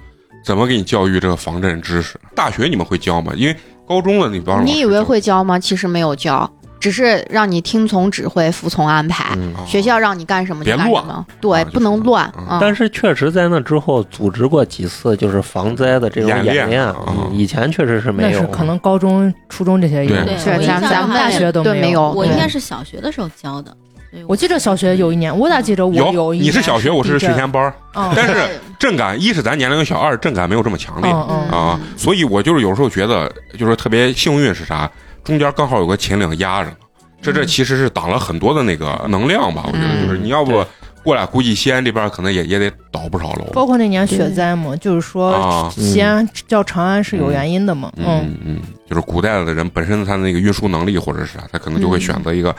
B: 怎么给你教育这个防震知识？大学你们会教吗？因为高中的你不让老师
D: 你以为
B: 教
D: 会教吗？其实没有教，只是让你听从指挥，服从安排。
F: 嗯
B: 啊
D: 学校让你干什么就
B: 别
D: 干什
B: 乱啊
D: 么，对，
B: 就是
D: 不能乱
B: 嗯
D: 啊。
F: 但是确实在那之后组织过几次就是防灾的这种
B: 演练
F: 演练，
B: 啊
F: 嗯以前确实是
C: 那
F: 没有嗯
C: 是，可能高中、初中这些有
B: 对。
E: 对，
D: 是
E: 我印
D: 咱
E: 象
D: 们咱们
E: 中
D: 大
E: 还
D: 学
C: 都
D: 对
C: 没
D: 没
C: 有
D: 有，
E: 我应
D: 对
E: 该是小学的时候教的。所以
C: 我记得小学有一年，我咋记着我
B: 有，
C: 有一
B: 你
C: 年
B: 是小学，我是
C: 地震
B: 学前班儿，
E: 哦
C: 嗯
B: 但是震感一是咱年龄小，二是震感没有这么强烈
C: 嗯嗯，
B: 啊，所以我就是有时候觉得就是特别幸运是啥，中间刚好有个秦岭压着呢，这这其实是挡了很多的那个能量吧，我觉得
A: 嗯
B: 就是你要不
F: 对
B: 过来，估计西安这边可能也也得倒不少楼
C: 包括那年雪灾嘛，就是说
B: 啊。
C: 西安叫长安是有原因的嘛，嗯，
B: 嗯嗯，就是古代的人本身他的那个运输能力或者是啥，他可能就会选择一个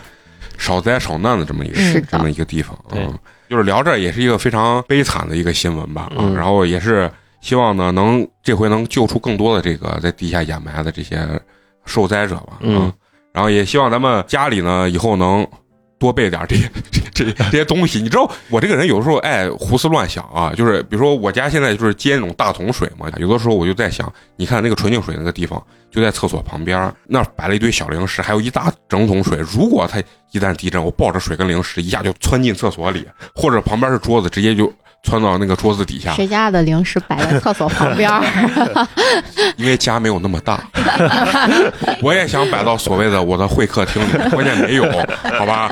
B: 少灾少难的这么一个
C: 是
B: 这么一个地方。
F: 嗯对
B: 嗯，就是聊这儿也是一个非常悲惨的一个新闻吧。啊
F: 嗯
B: 然后也是希望呢，能这回能救出更多的这个在地下掩埋的这些受灾者吧。
F: 嗯
B: 啊然后也希望咱们家里呢以后能。多备点儿这 些这这这些东西，你知道我这个人有时候爱胡思乱想啊，就是比如说我家现在就是接那种大桶水嘛，有的时候我就在想，你看那个纯净水那个地方，就在厕所旁边儿，那儿摆了一堆小零食，还有一大整桶水。如果它一旦地震，我抱着水跟零食一下就窜进厕所里，或者旁边是桌子，直接就窜到那个桌子底下，
D: 谁家的零食摆在厕所旁 边儿？
B: 因为家没有那么大。我也想摆到所谓的我的会客厅里，关键没有，好吧？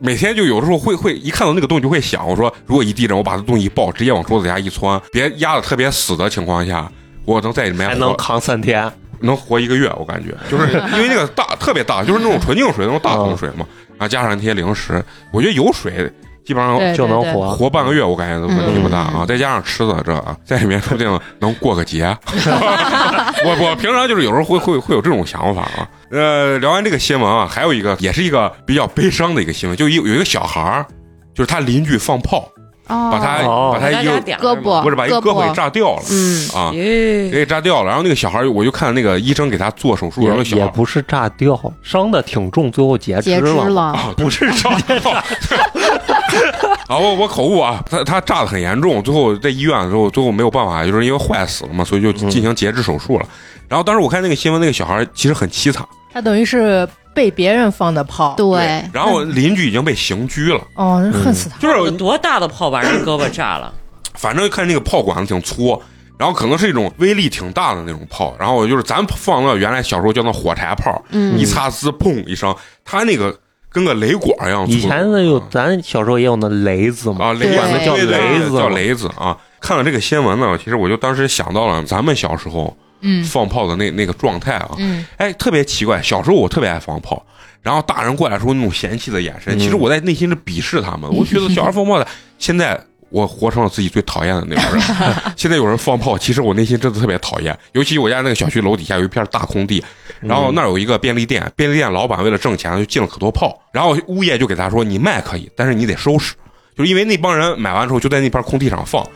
B: 每天就有的时候会会一看到那个东西就会想，我说如果一地震，我把这东西一抱，直接往桌子底下一窜，别压的特别死的情况下，我能在里面
F: 还
B: 活
F: 能扛三天。
B: 能活一个月，我感觉，就是因为那个大特别大，就是那种纯净水那种大桶水嘛，然后加上那些零食，我觉得有水基本上
C: 对
F: 就能
C: 对对
F: 活
B: 活半个月，我感觉都问题不大啊。
D: 嗯
B: 再加上吃的这啊，在里面说不定能过个节。我我平常就是有时候会会会有这种想法啊。呃，聊完这个新闻啊，还有一个也是一个比较悲伤的一个新闻，就一有一个小孩儿，就是他邻居放炮，把他
F: 哦
B: 把他
A: 大
B: 一
A: 家
B: 个
A: 点
D: 胳膊
B: 不是把一个
D: 胳
B: 胳
D: 膊
B: 膊给炸掉了
D: 嗯，
B: 啊。
A: 耶
B: 给炸掉了，然后那个小孩儿，我就看那个医生给他做手术，然后
F: 也
B: 小
F: 也
B: 孩
F: 不是炸掉，伤的挺重，最后截
D: 截
F: 肢
D: 肢
F: 了。
D: 了。
B: 啊，不是炸药。 啊，我我口误啊，他他炸的很严重，最后在医院的时候，最后没有办法，就是因为坏死了嘛，所以就
F: 嗯
B: 进行截肢手术了。然后当时我看那个新闻，那个小孩其实很凄惨，
C: 他等于是被别人放的炮，
D: 对，嗯
B: 然后邻居已经被刑拘了，
C: 哦，那恨死他，
B: 就
A: 有
B: 是
A: 多大的炮把人胳膊炸了？
B: 反正看那个炮管子挺粗，然后可能是一种威力挺大的那种炮，然后就是咱放到原来小时候叫那火柴炮，
D: 嗯
B: 一，擦丝砰一声，他那个跟个雷管一样粗。
F: 以前的有，咱小时候也有那雷子嘛，
B: 哦啊，雷管子
D: 对
B: 叫
F: 对
B: 雷
F: 雷子
B: 叫雷子啊。看了这个新闻呢，其实我就当时想到了咱们小时候
C: 嗯
B: 放炮的那那个状态啊，
C: 嗯，
B: 哎，特别奇怪。小时候我特别爱放炮，然后大人过来时候那种嫌弃的眼神，
F: 嗯
B: 其实我在内心是鄙视他们。我觉得小孩放炮的，现在我活成了自己最讨厌的那种人。现在有人放炮，其实我内心真的特别讨厌。尤其我家那个小区楼底下有一片大空地，然后那儿有一个便利店，便利店老板为了挣钱就进了可多炮，然后物业就给他说：“你卖可以，但是你得收拾。”就是因为那帮人买完之后就在那片空地上放，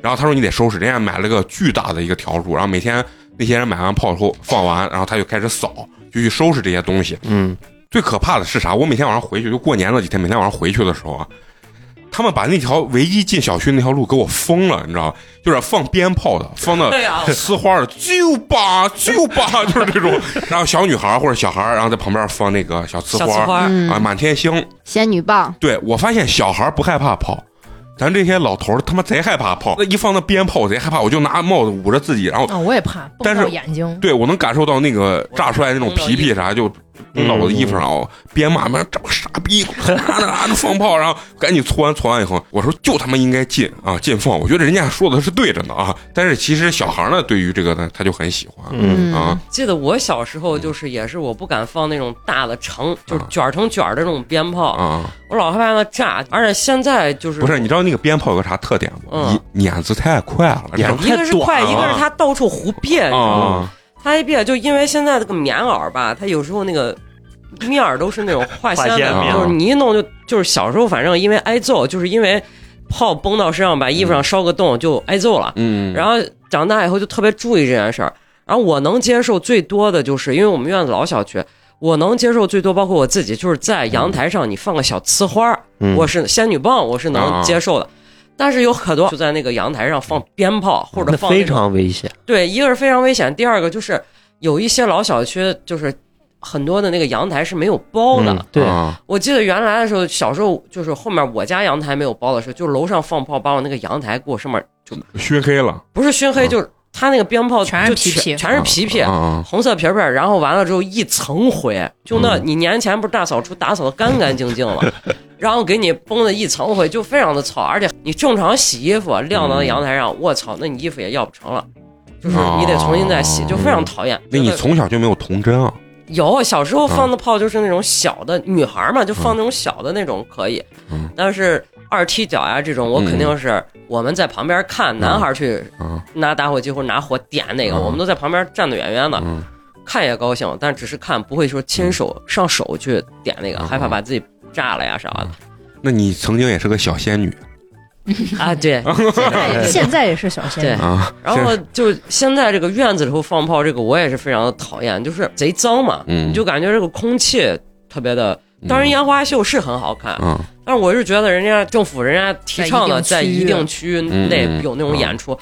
B: 然后他说你得收拾，人家买了个巨大的一个笤帚，然后每天那些人买完炮后放完，然后他就开始扫，就去收拾这些东西。
F: 嗯，
B: 最可怕的是啥？我每天晚上回去，就过年那几天，每天晚上回去的时候啊，他们把那条唯一进小区那条路给我封了，你知道吗？就是放鞭炮的，放 的
A: 对呀
B: 呲花的，就吧就吧，就是这种。然后小女孩或者小孩，然后在旁边放那个小呲
A: 小
B: 花
A: 呲花儿，
B: 啊，
D: 嗯，
B: 满天星。
D: 仙女棒，
B: 对我发现小孩不害怕炮，咱这些老头儿他妈贼害怕炮，那一放那鞭炮我贼害怕，我就拿帽子捂着自己，然后
C: 啊，我也怕，
B: 但
C: 蹦
B: 是
C: 到眼睛，
B: 对我能感受到那个炸出来那种皮皮啥就。
A: 嗯
B: 弄到我的衣服上，哦，边骂妈这么傻逼， 拿着拿着放炮，然后赶紧搓完搓完以后，我说就他妈应该禁啊禁放，我觉得人家说的是对着呢啊，但是其实小孩呢对于这个呢他就很喜欢，
F: 嗯
B: 啊
D: 嗯，
A: 记得我小时
B: 嗯
A: 候就是也是我不敢放那种大的长，就是卷成卷儿的那种鞭炮，
B: 啊，
A: 我老害怕它炸。而且现在就是
B: 不是你知道那个鞭炮有个啥特点吗？
A: 嗯
B: 你撵子太快了，
F: 撵
B: 然后
A: 一个是快，
F: 太短了
A: 一个是它到处胡变，你知道吗？
B: 啊，
A: 它一变就因为现在这个棉袄吧，它有时候那个。面儿都是那种化纤
F: 化纤
A: 的，
B: 棉
A: 就是你一弄就就是小时候，反正因为挨揍，就是因为炮崩到身上，把衣服上烧个洞就挨揍了。
B: 嗯，
A: 然后长大以后就特别注意这件事儿。然后我能接受最多的就是，因为我们院子老小区，我能接受最多，包括我自己，就是在阳台上你放个小呲花儿，
F: 嗯
A: 我是仙女棒，我是能接受的。但是有很多就在那个阳台上放鞭炮或者
F: 啊那
A: 放
F: 非
A: 那种
F: 常危险。
A: 对，一个是非常危险，第二个就是有一些老小区就是很多的那个阳台是没有包的。
F: 嗯，对，
B: 啊
A: 我记得原来的时候，小时候就是后面我家阳台没有包的时候，就楼上放炮把我那个阳台给我上面
B: 熏黑了，
A: 不是熏黑，
B: 嗯
A: 就是它那个鞭炮
C: 全
A: 就
C: 是皮皮
A: 全是皮皮
B: 啊。嗯啊，
A: 红色皮皮，然后完了之后一层灰，就那，你年前不是大扫除打扫的干干 净净了，然后给你崩的一层灰，就非常的糙，而且你正常洗衣服晾到那阳台上，我操，那你衣服也要不成了，就是你得重新再洗，
B: 哦
A: 就非常讨厌。
B: 那你从小就没有童真啊？
A: 有小时候放的炮就是那种小的，女孩嘛就放那种小的那种可以
B: 嗯，
A: 但是二踢脚呀这种，我肯定是我们在旁边
B: 嗯
A: 看，男孩去
B: 啊，
A: 拿打火机或者拿火点那个，
B: 嗯
A: 我们都在旁边站得远远的，
B: 嗯
A: 看也高兴，但只是看，不会说亲手上手去点那个，
B: 嗯
A: 害怕把自己炸了呀啥的
B: 那你曾经也是个小仙女嗯
A: 啊。 对，
C: 哎现在也是小仙
A: 对
C: 女，
B: 啊？
A: 然后就现在这个院子里头放炮，这个我也是非常的讨厌，就是贼脏嘛，
B: 嗯
A: 你就感觉这个空气特别的。当然，
B: 嗯
A: 烟花秀是很好看，
B: 嗯
A: 但是我是觉得人家政府人家提倡的，在
C: 在一
A: 一定
C: 定
A: 区域
B: 嗯
A: 内
B: 嗯
A: 有那种
B: 嗯
A: 演出，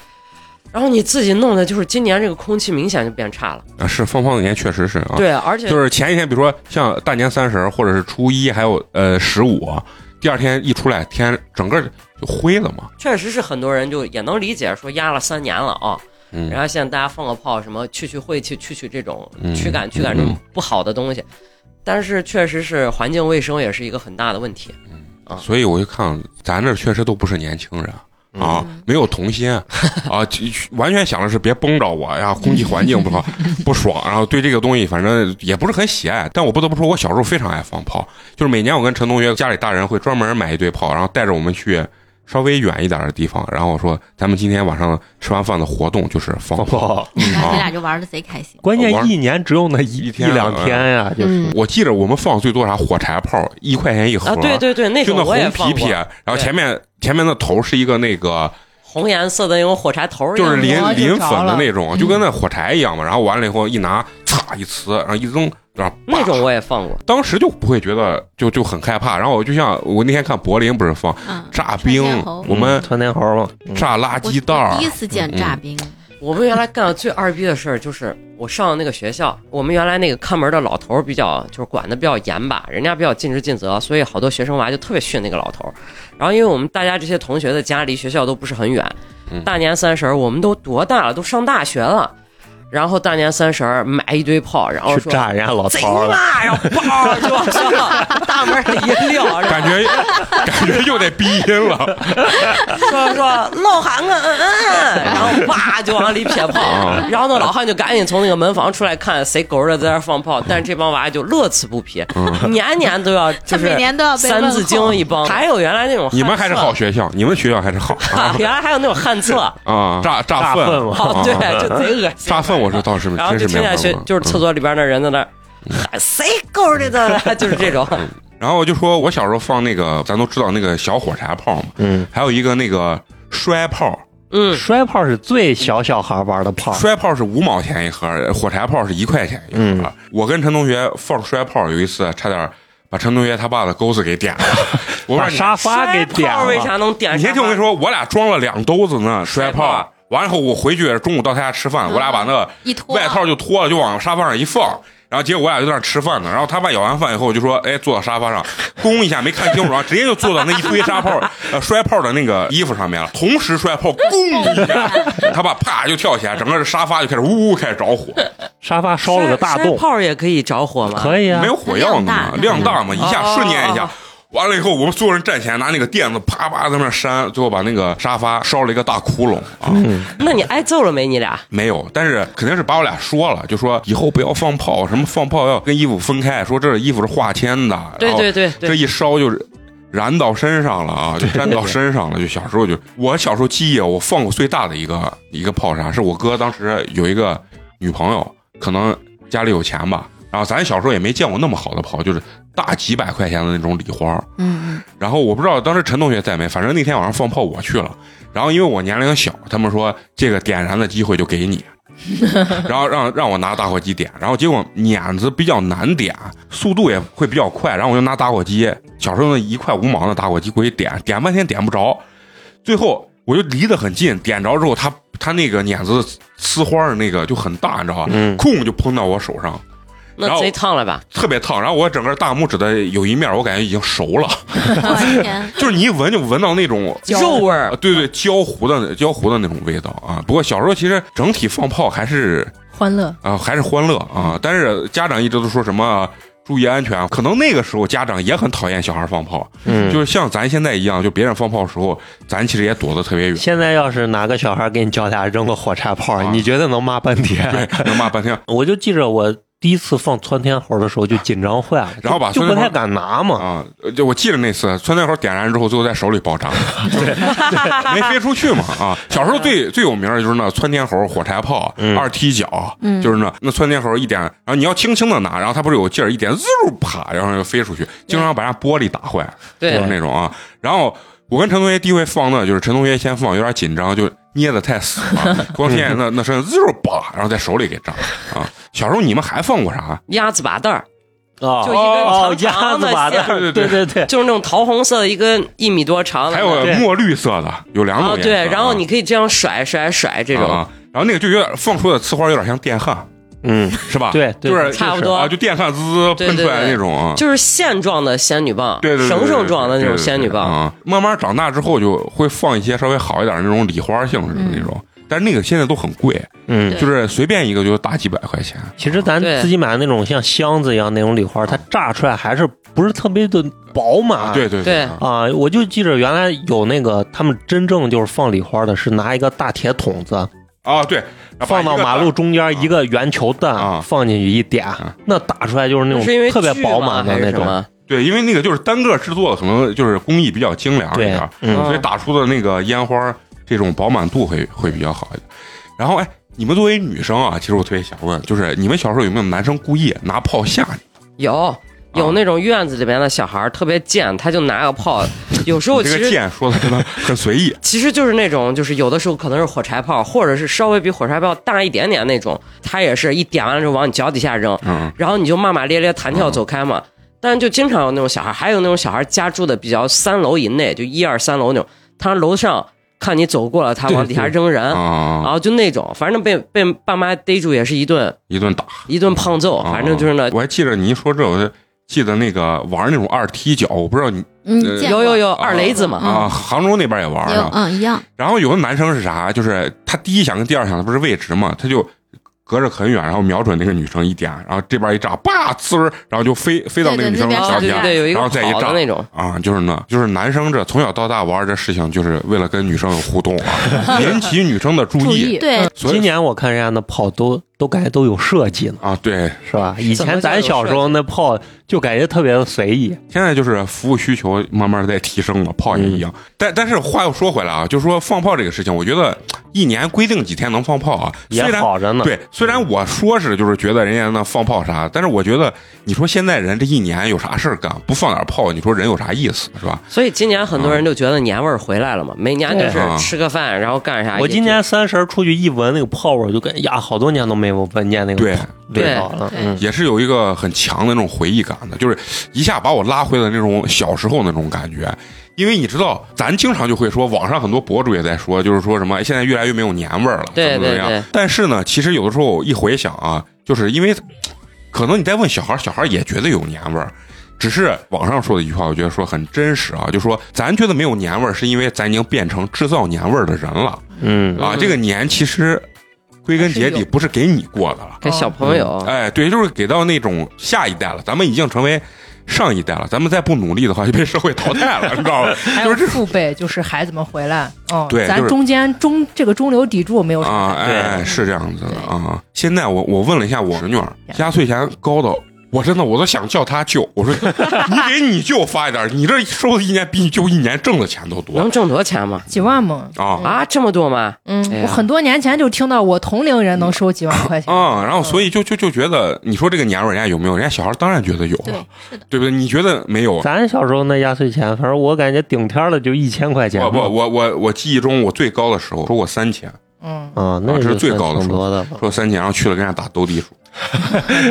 A: 然后你自己弄的就是今年这个空气明显就变差了。
B: 啊，是放炮那年确实是啊，
A: 对，而且
B: 就是前一天，比如说像大年三十儿或者是初一，还有呃十五，第二天一出来天整个就灰了嘛。
A: 确实是很多人就也能理解，说压了三年了啊，
B: 嗯
A: 然后现在大家放个炮，什么去去晦气，去去这种
B: 嗯
A: 驱赶
B: 嗯
A: 驱赶这种
B: 嗯
A: 不好的东西，但是确实是环境卫生也是一个很大的问题。
B: 所以我就看咱这确实都不是年轻人。啊，没有童心啊，就完全想的是别崩着我呀，空气环境不 好，不爽，然后对这个东西反正也不是很喜爱。但我不得不说，我小时候非常爱放炮，就是每年我跟陈同学家里大人会专门买一堆炮，然后带着我们去稍微远一点的地方，然后我说咱们今天晚上吃完饭的活动就是放炮。
F: 哇
C: 嗯
E: 你看
B: 啊
E: 你俩就玩的贼开心。
F: 关键
B: 玩
F: 一年只有那一
B: 一天
F: 一两
B: 嗯
F: 天呀，就是
D: 嗯，
B: 我记着我们放最多啥火柴炮，一块钱一盒，
A: 啊，对对对，那
B: 就
A: 种
B: 那
A: 我也
B: 红
A: 放
B: 皮皮，啊
A: 过，
B: 然后
A: 对
B: 前面前面的头是一个那个
A: 红颜色的那种火柴头儿一
B: 就
A: 样
B: 是
A: 的，
B: 磷
C: 磨就
B: 磷
C: 着
B: 粉的
C: 了
B: 那种，啊就跟那火柴一样嘛。然后完了以后一拿，嚓一呲，然后一扔，然后
A: 那种
B: 我
A: 我也放过。
B: 当时就不会觉得就就很害怕。然后我就像我那天看柏林不是放
E: 嗯，
B: 炸冰
E: 穿线猴，
B: 我们
F: 嗯窜天猴嘛，嗯
B: 炸垃
E: 我
B: 圾袋儿啊嗯
E: 我第一次见炸冰，
A: 我们原来干的最二逼的事儿就是，我上那个学校，我们原来那个看门的老头儿比较就是管的比较严吧，人家比较尽职尽责，所以好多学生娃就特别训那个老头儿。然后因为我们大家这些同学的家离学校都不是很远
B: 嗯，
A: 大年三十儿我们都多大了，都上大学了，然后大年三十儿买一堆炮，然后
F: 嗯去
A: 说
F: 炸人家老
A: 贼
F: 头儿了。
A: 嘛，然后叭 就往上 大门里一撂，
B: 嗯
A: 然后
B: 感觉感觉又得逼音了
A: 说说老汉我嗯嗯，然后哇就往里撇炮，然后那老汉就赶紧从那个门房出来看谁狗日的在那儿放炮，但是这帮娃就乐此不疲，年年都要就
E: 他
A: 是
E: 每年都要被
A: 三字经一帮，还有原来那种
B: 你们还是好
A: 学
B: 学校，你们学校还是好
A: 啊，原来还有那种旱厕，
B: 啊！炸炸
F: 炸
B: 粪，
F: 粪嘛
B: 啊
A: 哦对，就贼恶心。
B: 炸粪我是倒是
A: 然后
B: 真
A: 就是听
B: 没有
A: 见学
B: 看过嗯
A: 就是厕所里边那人在那儿喊谁狗日的，就是这种，
B: 然后我就说我小时候放那个，咱都知道那个小火柴炮嘛，
F: 嗯，
B: 还有一个那个摔炮，
A: 嗯，
F: 摔炮是最小小孩玩的炮，
B: 摔炮是五毛钱一盒，火柴炮是一块钱一盒。啊
F: 嗯
B: 我跟陈同学放摔炮，有一次啊差点把陈同学他爸的钩子给点了。我
F: 把
B: 把
F: 沙发给点
A: 摔炮为啥
F: 了。
A: 能点？
B: 你先听我跟你，说，我俩装了两兜子呢摔
A: 摔炮
B: 炮。啊完了后，我回去中午到他家吃饭，我俩把那
E: 一脱
B: 外套就脱了，就往沙发上一放。然后结果我俩就在那吃饭呢，然后他爸舀完饭以后就说：“哎，坐到沙发上，弓一下没看清楚，然后直接就坐到那一堆沙炮、呃摔炮的那个衣服上面了。同时摔炮，咣一下，他爸啪就跳起来，整个这沙发就开始呜呜开始着火，
F: 沙发烧了个大
A: 摔
F: 洞，
A: 炮也可以着火吗？
F: 可以啊
B: 没，有火药呢嘛，量
E: 量
B: 大嘛，一下
A: 哦
B: 瞬间一
A: 哦
B: 下
A: 哦。
B: 完了以后，我们所有人站起来拿那个垫子啪啪在那扇，最后把那个沙发烧了一个大窟窿啊！
A: 那你挨揍了没？你俩？
B: 没有，但是肯定是把我俩说了，就说以后不要放炮，什么放炮要跟衣服分开，说这衣服是化纤的，
A: 对
B: 然后
A: 对对对
B: 这一烧就是。燃到身上了啊，就粘到身上了。就小时候就，我小时候记忆，我放过最大的一个一个炮啥，是我哥当时有一个女朋友，可能家里有钱吧，然后咱小时候也没见过那么好的袍，就是大几百块钱的那种礼花。
D: 嗯
B: 然后我不知道当时陈同学在没，反正那天晚上放炮我去了。然后因为我年龄小，他们说这个点燃的机会就给 你，然后让让我拿打火机点，然后结果碾子比较难点，速度也会比较快，然后我就拿打火机，小时候那一块五毛的打火机过去点，点半天点不着，最后我就离得很近，点着之后它它那个碾子呲花的那个就很大，你知道吧？
F: 嗯
B: 空就碰到我手上，然
A: 那
B: 后
A: 贼烫了吧？
B: 特别烫，然后我整个大拇指的有一面我感觉已经熟了，
E: 我的天，
B: 就是你一闻就闻到那种
A: 肉味儿
B: 啊，，对对，焦糊的焦糊的那种味道啊。不过小时候其实整体放炮还是
C: 欢乐。
B: 啊、还是欢乐啊，但是家长一直都说什么。注意安全，可能那个时候家长也很讨厌小孩放炮，
F: 嗯，
B: 就是像咱现在一样，就别人放炮的时候，咱其实也躲得特别 远，
F: 现在要是哪个小孩给你脚下扔个火柴炮，
B: 啊
F: 你觉得能骂半天？
B: 对，能骂半天
F: 我就记着我第一次放窜天猴的时候就紧张坏了，
B: 然后把
F: 就
B: 啊窜
F: 不
B: 天猴
F: 太敢拿嘛。
B: 啊。就我记得那次窜天猴点燃之后，最后在手里爆炸，没飞出去嘛啊。小时候
A: 嗯
B: 最最有名的就是那窜天猴、火柴炮、
F: 嗯
B: 二踢脚，
D: 嗯
B: 就是那那窜天猴一点，然后你要轻轻的拿，然后它不是有劲儿，一点滋儿啪，然后就飞出去，经常把人家玻璃打坏，
A: 对
B: 就是那种啊。然后我跟陈同学第一回放那，就是陈同学先放，有点紧张，就捏的太死 了，光听见那那声滋儿啪，然后在手里给炸了啊。小时候你们还放 过啥？
A: 鸭子把蛋儿，
F: 啊，
A: 就一根
F: 哦
A: 长
F: 鸭
A: 长
F: 子
A: 的
F: 把
A: 线
F: 蛋儿，
B: 对
F: 对
B: 对
F: 对对，
A: 就是那种桃红色的一根一米多长的，
B: 还有
F: 对
B: 墨绿色的，有两
A: 啊
B: 种颜色。
A: 对，然后
B: 啊
A: 你可以这样甩甩甩这种
B: 啊，然后那个就有点放出的呲花，有点像电焊，
F: 嗯，
B: 是吧？
F: 对，对
B: 就是
A: 差不
F: 是
A: 多
B: 啊，就电焊滋滋
A: 对
B: 喷出
A: 对
B: 来
A: 对
B: 那种啊。
A: 就是线状的仙女棒，
B: 对对对对
A: 绳
B: 对
A: 绳状的那
B: 对
A: 种
B: 对对
A: 仙女棒，
B: 啊。慢慢长大之后就会放一些稍微好一点的那种礼花性质的那种，
A: 嗯
B: 但是那个现在都很贵，
F: 嗯
E: 对，
B: 就是随便一个就大几百块钱。
F: 其实咱
A: 对
F: 自己买那种像箱子一样那种礼花，它炸出来还是不是特别的饱满。
B: 对对
A: 对
B: 啊
F: 啊，我就记着原来有那个他们真正就是放礼花的，是拿一个大铁桶子
B: 啊对，然后把
F: 放到
B: 一个
F: 马路中间一个圆球
B: 啊
F: 弹放进去一点
B: 啊，
F: 那打出来就是那
B: 嗯
A: 是因
F: 种
A: 为
F: 特别
A: 锯
F: 饱
A: 吗
F: 满
A: 还
F: 的
A: 是
F: 那
A: 什
F: 种。
A: 么
B: 对，因为那个就是单个制作，可能就是工艺比较精良一
F: 对
B: 点儿，，
F: 嗯，
B: 所以打出的那个烟花这种饱满度会会比较好一点。然后哎，你们作为女生啊，其实我特别想问，就是你们小时候有没有男生故意拿炮吓你？
A: 有。
B: 啊
A: 有那种院子里面的小孩儿特别贱，他就拿 个炮，有时候
B: 你
A: 其
B: 这个
A: 实
B: 剑说的真的 很随意
A: 其实就是那种，就是有的时候可能是火柴炮，或者是稍微比火柴炮大一点点那种，它也是一点完了之后往你脚底下扔，
B: 嗯
A: 然后你就骂骂咧咧弹跳
B: 啊
A: 走开嘛。但就经常有那种小孩，还有那种小孩家住的比较三楼以内，就一二三楼那种，他楼上看你走过了，他往底下扔人，然
B: 啊，
A: 后就那种，反正被被爸妈逮住也是一顿
B: 一顿打。
A: 一顿胖揍，
B: 啊
A: 哦反正就是那。
B: 我还记着你一说这，我就记得那个玩那种二踢脚，我不知道你
D: 嗯
B: 呃
D: 嗯，见
A: 有
D: 过
A: 有有二雷子嘛，
B: 啊，杭州那边也玩
D: 有
B: 呢。
D: 嗯一样，
B: 然后有的男生是啥，就是他第一响跟第二响他不是位置嘛，他就隔着很远，然后瞄准那个女生一点，然后这边一炸，叭滋儿，然后就飞飞到那个女生
D: 对对那边
B: 脚
A: 啊
B: 底
A: 对
B: 下
A: 对，对，有一个
B: 然后
A: 跑
B: 再一炸
A: 的那种，
B: 啊，就是那，就是男生这从小到大玩这事情，就是为了跟女生有互动啊，引起女生的注
C: 注
B: 意。
C: 意，
E: 对，
B: 所
F: 今
B: 以
F: 年我看人家那炮都都感觉都有设计呢，
B: 啊，对，
F: 是吧？以
A: 怎
F: 前
A: 么叫
F: 咱
A: 有
F: 小时候那炮就感觉特别的随意，
B: 现在就是服务需求慢慢在提升了，炮也一样。但但是话又说回来啊，就是说放炮这个事情，我觉得一年规定几天能放炮啊，虽
F: 也
B: 然。
F: 好着呢。
B: 对，虽然我说是就是觉得人家那放炮啥，但是我觉得你说现在人这一年有啥事儿干，不放点炮，你说人有啥意思是吧？
A: 所以今年很多人就觉得年味儿回来了嘛，每年就是吃个饭，然后干啥。
F: 我今年三十儿出去一闻那个炮味儿，我就感觉呀，好多年都没有闻见那个
B: 对
F: 炮味道了。
D: 对
F: 嗯，
B: 也是有一个很强的那种回忆感的，就是一下把我拉回了那种小时候那种感觉。因为你知道，咱经常就会说，网上很多博主也在说，就是说什么哎现在越来越没有年味儿了，
A: 对
B: 怎么怎么样
A: 对对
B: 但是呢，其实有的时候一回想啊，就是因为可能你再问小孩儿，小孩儿也觉得有年味儿。只是网上说的一句话，我觉得说很真实啊，就说咱觉得没有年味儿，是因为咱已经变成制造年味儿的人了
F: 嗯
B: 啊。
A: 嗯
B: 这个年其实归根结
C: 还是
B: 底
C: 有
B: 不是给你过的了，
A: 给小朋友，
B: 哎，对，就是给到那种下一代了，咱们已经成为上一代了，咱们再不努力的话就被社会淘汰了，你知道吧？
C: 还有父辈，就是孩子们回来，哦，
B: 对就
C: 咱
B: 是
C: 中间中这个中流砥柱没有啥
B: 啊，
C: 太大
B: 哎，是这样子的啊。现在我我问了一下我侄女儿，
C: 呀
B: 压岁钱高到我真的我都想叫他舅，我说你给你舅发一点儿，你这收的一年比你舅一年挣的钱都多
A: 能挣多少钱吗？
C: 几万嘛，
B: 啊
A: 啊，这么多吗？
C: 嗯
A: 哎，呀
C: 我很多年前就听到我同龄人能收几万块钱，
B: 啊！然后所以就就就觉得，你说这个年味儿人家有没有？人家小孩当然觉得有了，对不对？你觉得没有？
F: 咱小时候那压岁钱，反正我感觉顶天儿了就一千块钱。
B: 我我我我我记忆中我最高的时候说过三千，
C: 嗯，
F: 啊，那
B: 啊这是
F: 就
B: 最
F: 算
B: 高的
F: 挺
B: 数
F: 多的了。
B: 说三千，然后去了跟人家打斗地主，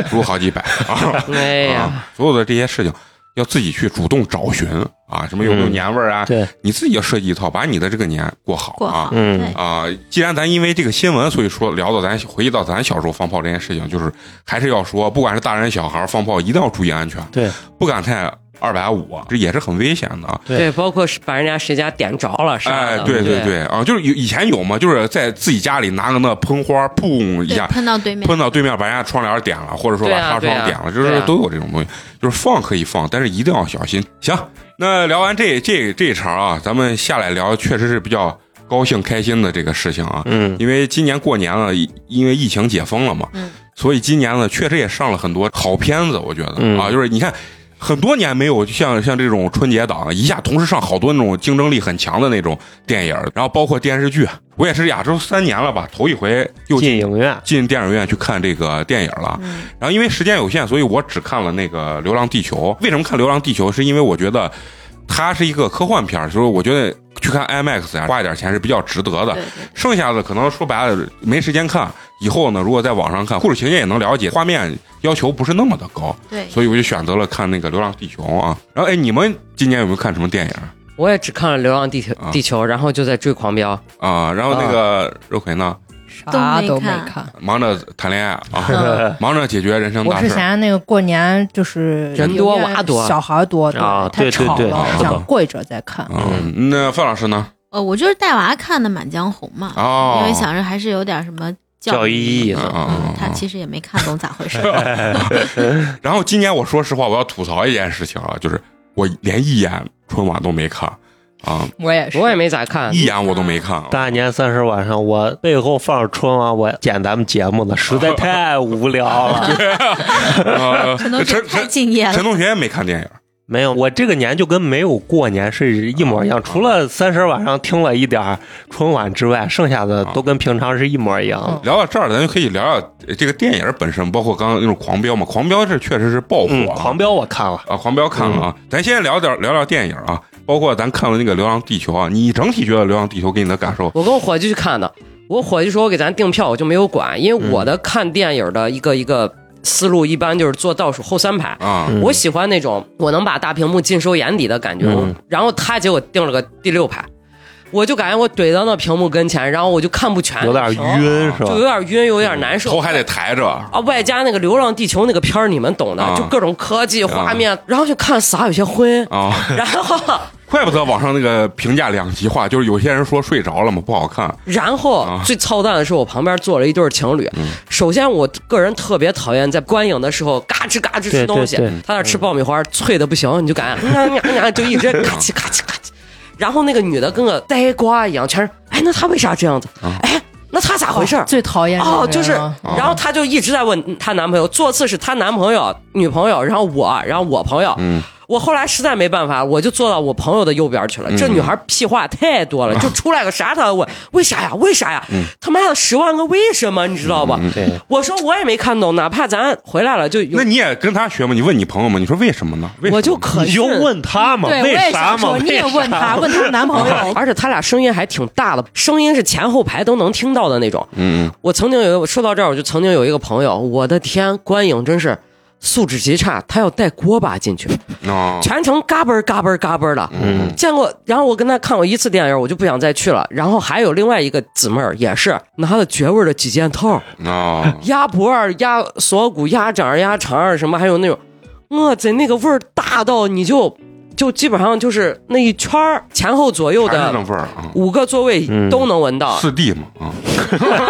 B: 输好几百啊！
A: 哎呀，
B: 啊，所有的这些事情要自己去主动找寻啊，什么有没有
F: 嗯
B: 年味儿啊？
F: 对，
B: 你自己要设计一套，把你的这个年过好
E: 过好
B: 啊。
F: 嗯
E: 对
B: 啊、既然咱因为这个新闻，所以说聊到咱回忆到咱小时候放炮这件事情，就是还是要说，不管是大人小孩放炮，一定要注意安全，
F: 对，
B: 不敢太二百五，这也是很危险的。啊。
F: 对
A: 对，包括是把人家谁家点着了啥
B: 哎
A: 的，，
B: 对
A: 对
B: 对啊，就是有以前有嘛，就是在自己家里拿个那喷花，砰一
E: 对
B: 下，
E: 喷到对面，
B: 喷到对面把人家窗帘点了，或者说
A: 对
B: 把
A: 啊
B: 纱窗
A: 对啊
B: 点了，就是
A: 对啊
B: 都有这种东西。就是放可以放，但是一定要小心。行，那聊完这这这一茬啊，咱们下来聊，确实是比较高兴开心的这个事情啊。
F: 嗯，
B: 因为今年过年了，因因为疫情解封了嘛，
E: 嗯
B: 所以今年呢，确实也上了很多好片子，我觉得、
F: 嗯
B: 啊，就是你看。很多年没有像像这种春节档一下同时上好多那种竞争力很强的那种电影，然后包括电视剧，啊我也是呀，这都三年了吧，头一回又
F: 进影院，
B: 进电影院去看这个电影了。
E: 嗯
B: 然后因为时间有限，所以我只看了那个《流浪地球》。为什么看《流浪地球》？是因为我觉得它是一个科幻片儿，所以我觉得去看 IMAX 啊，花一点钱是比较值得的
E: 对。对
B: 剩下的可能说白了没时间看，以后呢，如果在网上看，故事情节也能了解，画面要求不是那么的高，
E: 对，
B: 所以我就选择了看那个《流浪地球》啊。然后哎，你们今年有没有看什么电影
A: 我也只看了《流浪地球
B: 啊》，
A: 地球，然后就在追《狂飙》。
B: 啊？然后那个肉葵呢，
C: 啥都
E: 都
C: 没
E: 没看
C: 看。
B: 忙着谈恋爱啊，
C: 嗯
B: 忙着解决人生
C: 我
B: 大
C: 是
B: 事儿。
C: 嫌那个过年就是
A: 人多
C: 影院
A: 娃多
C: 小孩多，
F: 啊
C: 太
F: 对对
C: 吵
F: 对
C: 了，
B: 是的
C: 想过一阵再看。
B: 嗯，那范老师呢？
E: 呃，我就是带娃看的《满江红》嘛，
B: 哦，
E: 因为想着还是有点什么
F: 教育
E: 育
F: 意义
E: 的
B: 的
E: 嗯
B: 嗯，
E: 他其实也没看懂咋 回事。
B: 然后今年我说实话，我要吐槽一件事情啊，就是我连一眼春晚都没看啊，
C: 我也是，
A: 我也没咋看，
B: 一眼我都没看啊。
F: 大年三十晚上，我背后放着春晚，我剪咱们节目呢，实在太无 聊了。
B: 呃
E: 陈同学
B: 陈
E: 太
B: 陈
E: 敬业了
B: 陈，同学也没看电影
F: 没有，我这个年就跟没有过年是一模一样，除了三十晚上听了一点儿春晚之外，剩下的都跟平常是一模一样的。
B: 聊到这儿，咱就可以聊聊呃这个电影本身，包括刚刚那种《狂飙》嘛，《狂飙》是确实是爆火
F: 嗯，
B: 啊，
F: 狂飙嗯我看了，
B: 啊，《狂飙》看了啊。咱先聊点聊聊电影啊，包括咱看了那个《流浪地球》啊，你整体觉得《流浪地球》给你的感受？
A: 我跟我伙计去看的，我伙计说我给咱订票，我就没有管，因为我的看电影的一个一个思路一般就是坐倒数后三排。
B: 啊，
F: 嗯
A: 我喜欢那种我能把大屏幕尽收眼底的感觉，
F: 嗯
A: 然后他结果定了个第六排，我就感觉我怼到那屏幕跟前，然后我就看不全，
F: 有点晕是吧
A: 就？有点晕，有点难受，
B: 头还得抬着，
A: 啊，外加那个《流浪地球》那个片儿，你们懂的，
B: 啊
A: 就各种科技画面，然后就看撒有些昏，
B: 啊，
A: 然后
B: 怪不得网上那个评价两极化，就是有些人说睡着了嘛，不好看，
A: 然后
B: 啊嗯
A: 最操蛋的是，我旁边坐了一对儿情侣。首先，我个人特别讨厌在观影的时候嘎吱嘎吱
F: 对
A: 吃东西
F: 对嗯对，
A: 他那吃爆米花，脆的不行，你就嗯感觉呀呀呀，就一直
B: 嗯
A: 嘎吱嘎吱嘎吱。然后那个女的跟个呆瓜一样，全是哎，那他为啥这样子？
B: 啊
A: 哎，那他咋回事儿？
C: 最讨厌这种
A: 哦，
C: 人
A: 就是
C: 了，
A: 然后她就一直在问她男朋友，座次是她男朋友、女朋友，然后我，然后我朋友。
B: 嗯
A: 我后来实在没办法，我就坐到我朋友的右边
B: 嗯
A: 去了。这女孩屁话太多
B: 啊
A: 了，就出来个啥她都问，为啥呀？为啥呀？
B: 嗯
A: 他妈的十万个为什么，你知道吧？
F: 对，
A: 我说我也没看懂，哪怕咱回来了就有
B: 那，你也跟他学吗？你问你朋友吗？你说为什么呢？为什么
A: 我就可
F: 你就
A: 信
F: 问他嘛，
C: 对，我
F: 为
A: 哎
C: 也
F: 啥啊
C: 想说，
F: 嘛？
C: 你也
F: 为啥
C: 问他，问他男朋
B: 啊
C: 友，
A: 哦而且他俩声音还挺大的，声音是前后排都能听到的那种。
B: 嗯嗯
A: 我曾经有一个说到这儿，我就曾经有一个朋友，我的天，观影真是素质极差，他要带锅巴进去，
B: 哦
A: 全程嘎嘣儿嘎嘣儿嘎嘣儿的。
B: 嗯
A: 见过，然后我跟他看过一次电影，我就不想再去了。然后还有另外一个姊妹儿，也是拿了绝味儿的几件套，
B: 哦，
A: 鸭脖儿、鸭锁骨、鸭掌儿、鸭肠儿什么，还有那种，我在那个味儿大到你就就基本上就是那一圈儿前后左右
B: 还是那
A: 的
B: 味儿啊。
A: 五个座位
F: 嗯
A: 都能闻到。
B: 四 D 嘛啊，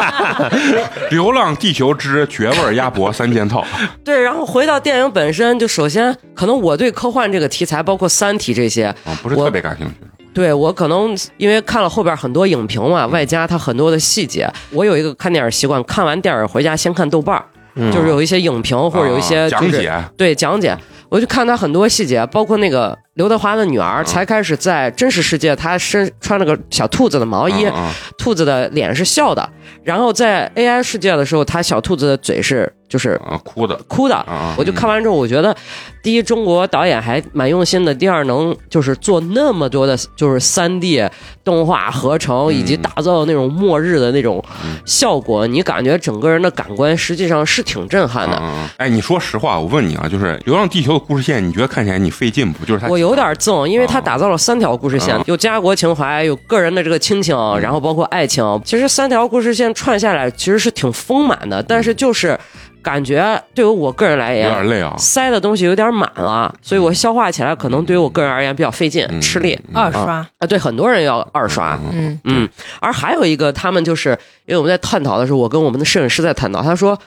B: 流浪地球之绝味儿鸭脖三件套，
A: 对，然后回到电影本身，就首先可能我对科幻这个题材，包括《三体》这些，
B: 啊，不是特别感兴趣。
A: 对我可能因为看了后边很多影评嘛，外加它很多的细节，我有一个看电影习惯，看完电影回家先看豆瓣儿
F: 嗯
A: 就是有一些影评或者有一些、
B: 啊
A: 就是哦
B: 讲解，
A: 对讲解，我就看他很多细节，包括那个刘德华的女儿
B: 嗯
A: 才开始在真实世界，她身穿了个小兔子的毛衣，
B: 嗯嗯
A: 兔子的脸是笑的，然后在 AI 世界的时候，她小兔子的嘴是就是
B: 嗯哭的，
A: 哭的。
B: 啊，
A: 我就看完之后，我觉得，第一，中国导演还蛮用心的；第二，能就是做那么多的，就是三 D 动画合成，
B: 嗯
A: 以及打造那种末日的那种
B: 嗯
A: 效果，你感觉整个人的感官实际上是挺震撼
B: 嗯
A: 的。
B: 嗯嗯哎，你说实话，我问你啊，就是《流浪地球》的故事线，你觉得看起来你费劲不？就是它，
A: 我有点憎，因为他打造了三条故事线
B: 啊，嗯
A: 有家国情怀，有个人的这个亲情，然后包括爱情。其实三条故事线串下来，其实是挺丰满的，但是就是感觉对于我个人来
B: 嗯有
A: 言，
B: 点累啊，
A: 塞的东西有点满了，所以我消化起来可能对于我个人而言比较费劲、
B: 嗯
A: 吃力
C: 二刷，
A: 啊。对，很多人要二刷。
C: 嗯，
A: 嗯，而还有一个，他们就是因为我们在探讨的时候，我跟我们的摄影师在探讨，他说，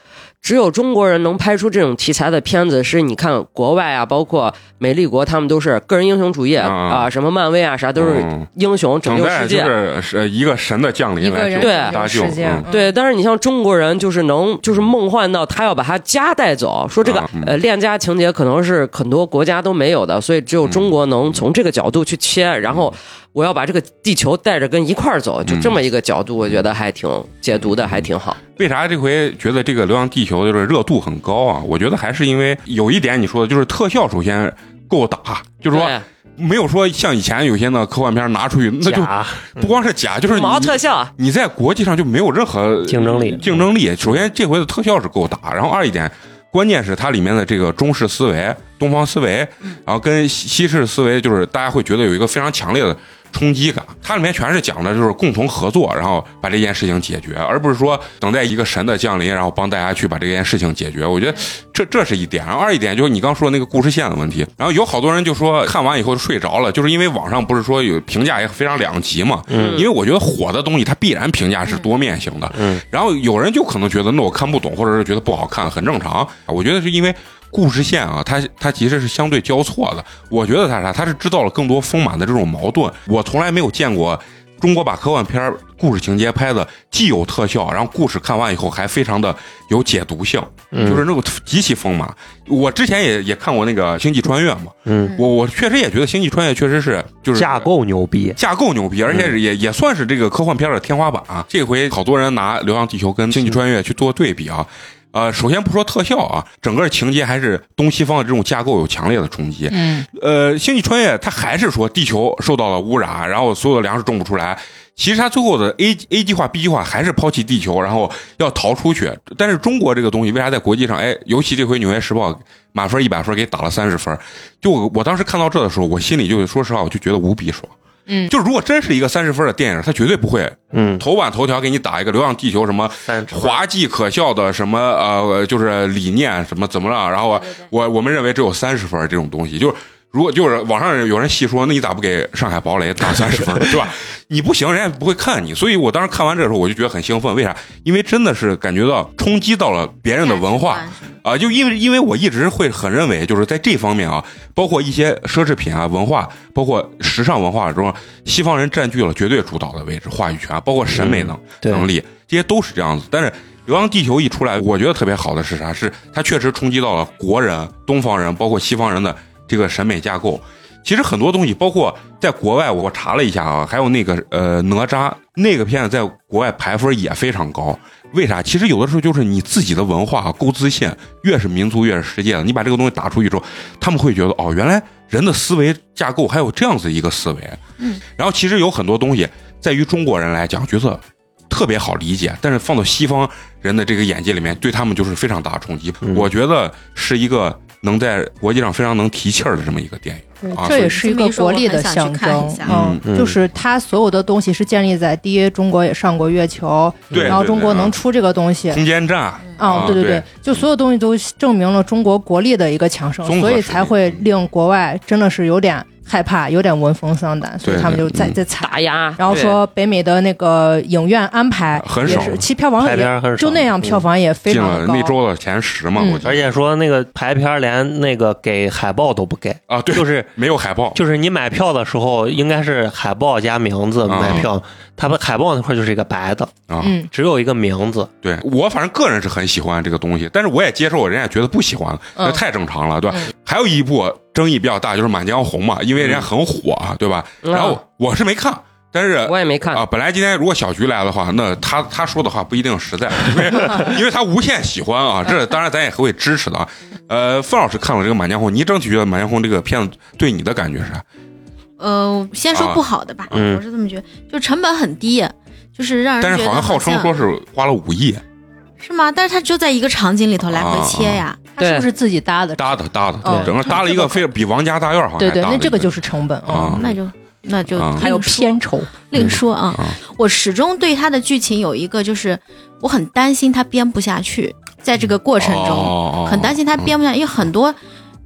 A: 只有中国人能拍出这种题材的片子，是你看国外啊，包括美利国，他们都是个人英雄主义
B: 啊
A: 啊、什么漫威啊啥，都是
B: 嗯
A: 英雄拯
B: 等
A: 救
B: 待
A: 世
B: 就
A: 界。
B: 是是一个神的降
C: 一
B: 临
C: 个
B: 来
C: 人
B: 救
A: 对
C: 拯救
B: 搭救
C: 世界
B: 嗯，
A: 对，但是你像中国人，就是能就是梦幻到他要把他家带走，说这个、
B: 啊嗯
A: 呃恋家情节可能是很多国家都没有的，所以只有
B: 嗯
A: 中国能从这个角度去切，然后我要把这个地球带着跟一块儿走，就这么
B: 嗯
A: 一个角度，我觉得还挺解读的，还挺好。
B: 为啥这回觉得这个《流浪地球》就是热度很高啊？我觉得还是因为有一点你说的，就是特效首先够打，就是说
A: 对
B: 没有说像以前有些那科幻片拿出去，那就
F: 假
B: 不光是假，就是你
A: 毛特效，
B: 你在国际上就没有任何
F: 竞争力
B: 竞争力，首先这回的特效是够大，然后二一点，关键是它里面的这个中式思维、东方思维，然
F: 嗯
B: 后跟西西式思维，就是大家会觉得有一个非常强烈的冲击感。它里面全是讲的就是共同合作，然后把这件事情解决，而不是说等待一个神的降临，然后帮大家去把这件事情解决。我觉得这这是一点，然后二一点就是你刚说的那个故事线的问题。然后有好多人就说看完以后睡着了，就是因为网上不是说有评价也非常两极嘛，
F: 嗯
B: 因为我觉得火的东西它必然评价是多面性的，
F: 嗯，
B: 然后有人就可能觉得那我看不懂，或者是觉得不好看，很正常。我觉得是因为故事线啊，它它其实是相对交错的。我觉得它啥，它是制造了更多丰满的这种矛盾。我从来没有见过中国把科幻片儿故事情节拍的既有特效，然后故事看完以后还非常的有解读性，
F: 嗯
B: 就是那种极其丰满。我之前也也看过那个《星际穿越》嘛，
F: 嗯，
B: 我我确实也觉得《星际穿越》确实是就是
F: 架构牛逼，
B: 架构牛逼，而且也、也算是这个科幻片的天花板、啊。这回好多人拿《流浪地球》跟《星际穿越》去做对比啊。呃，首先不说特效啊，整个情节还是东西方的这种架构有强烈的冲击。
C: 嗯，
B: 呃，《星际穿越》它还是说地球受到了污染，然后所有的粮食种不出来。其实它最后的 A A 计划、B 计划还是抛弃地球，然后要逃出去。但是中国这个东西为啥在国际上，哎，尤其这回《纽约时报》满分一百分给打了三十分，就我我当时看到这的时候，我心里就说实话，我就觉得无比爽。
C: 嗯
B: 就如果真是一个三十分的电影，它绝对不会
F: 嗯，
B: 头版头条给你打一个《流浪地球》什么
F: 三十
B: 滑稽可笑的什么呃，就是理念什么怎么了？然后我我我们认为只有三十分这种东西，就是如果就是网上有人细说，那你咋不给上海堡垒打三十 分，是吧？你不行，人家也不会看你。所以我当时看完这的时候，我就觉得很兴奋，为啥？因为真的是感觉到冲击到了别人的文化。啊、就因为因为我一直会很认为，就是在这方面啊，包括一些奢侈品啊、文化，包括时尚文化中，啊西方人占据了绝对主导的位置、话语权，啊包括审美能、
F: 对
B: 能力，这些都是这样子。但是《流浪地球》一出来，我觉得特别好的是啥？是它确实冲击到了国人、东方人，包括西方人的这个审美架构。其实很多东西，包括在国外，我查了一下啊，还有那个呃哪吒那个片子，在国外排分也非常高。为啥？其实有的时候就是你自己的文化啊，钩子线越是民族越是世界的，你把这个东西打出去之后，他们会觉得哦，原来人的思维架构还有这样子一个思维。
E: 嗯，
B: 然后其实有很多东西在于中国人来讲，觉得特别好理解，但是放到西方人的这个眼界里面，对他们就是非常大的冲击。
F: 嗯
B: 我觉得是一个能在国际上非常能提气儿的这么一个电影。啊
C: 这
B: 所以
C: 也是一个国力的象
E: 这么一说我很想
C: 征
E: 去看一下，
B: 嗯
F: 嗯
C: 就是它所有的东西是建立在第一，中国也上过月球，
B: 对，
C: 然后
B: 对
C: 中国
B: 对
C: 能
B: 啊
C: 出这个东西，
E: 嗯
B: 空间站，
C: 啊，
B: 啊
C: 对
B: 对
C: 对，就所有东西都证明了中国国力的一个强盛
B: 综，合
C: 所
B: 实
C: 以
B: 力嗯
C: 才会令国外真的是有点害怕，有点闻风丧胆，所以
B: 对
C: 他们
B: 对
C: 就在
B: 嗯
C: 在踩。
A: 打压，
C: 然后说北美的那个影院安排
B: 啊很
C: 也
B: 少
C: 是，其实票房
F: 排
C: 也
F: 片儿很少
C: 就那样，票房也非
B: 嗯进
C: 常
B: 了
C: 的高。
B: 那周的前十嘛，
C: 嗯
B: 我记
F: 而
B: 得
F: 且说那个排片儿连那个给海报都不给，
B: 啊，对，
F: 就是
B: 没有海报，
F: 就是你买票的时候应该是海报加名字
B: 啊
F: 买票，它把海报那块就是一个白的，
B: 啊，
C: 嗯，
F: 只有一个名字。
B: 对我反正个人是很喜欢这个东西，但是我也接受人家觉得不喜欢了，
C: 嗯
B: 那太正常了，对吧
C: 嗯？
B: 还有一部争议比较大就是《满江红》嘛，因为人家很火，啊对吧？
A: 嗯
B: 然后我是没看，但是
A: 我也没看
B: 啊，本来今天如果小菊来的话，那他他说的话不一定实在，因为因为他无限喜欢啊，这当然咱也会支持的啊。呃，范老师看了这个《满江红》，你整体觉得《满江红》这个片子对你的感觉是啥？
E: 呃，先说
B: 啊
E: 不好的吧，
F: 嗯
E: 我是这么觉得，就成本很低，就是让人
B: 但是
E: 觉得
B: 好像号称
E: 像
B: 说是花了五亿
E: 是吗？但是它只有在一个场景里头来回切呀，
C: 他是
A: 对
C: 不是自己搭的？
B: 搭的搭的，
E: 哦
C: 嗯
B: 整个搭了一个非比王家大院好像
C: 对
B: 还
C: 对，
B: 大
C: 那
B: 了
C: 这个
B: 一
C: 就是成本
B: 啊
C: 啊。
E: 那就那就
B: 啊
E: 另
C: 还有
E: 说
C: 片酬，
E: 另说啊。
B: 啊
E: 我始终对它的剧情有一个就是，我很担心它编不下去，在这个过程
B: 哦
E: 中
B: 中
E: 很担心它
B: 他
E: 编不下去，因为很多。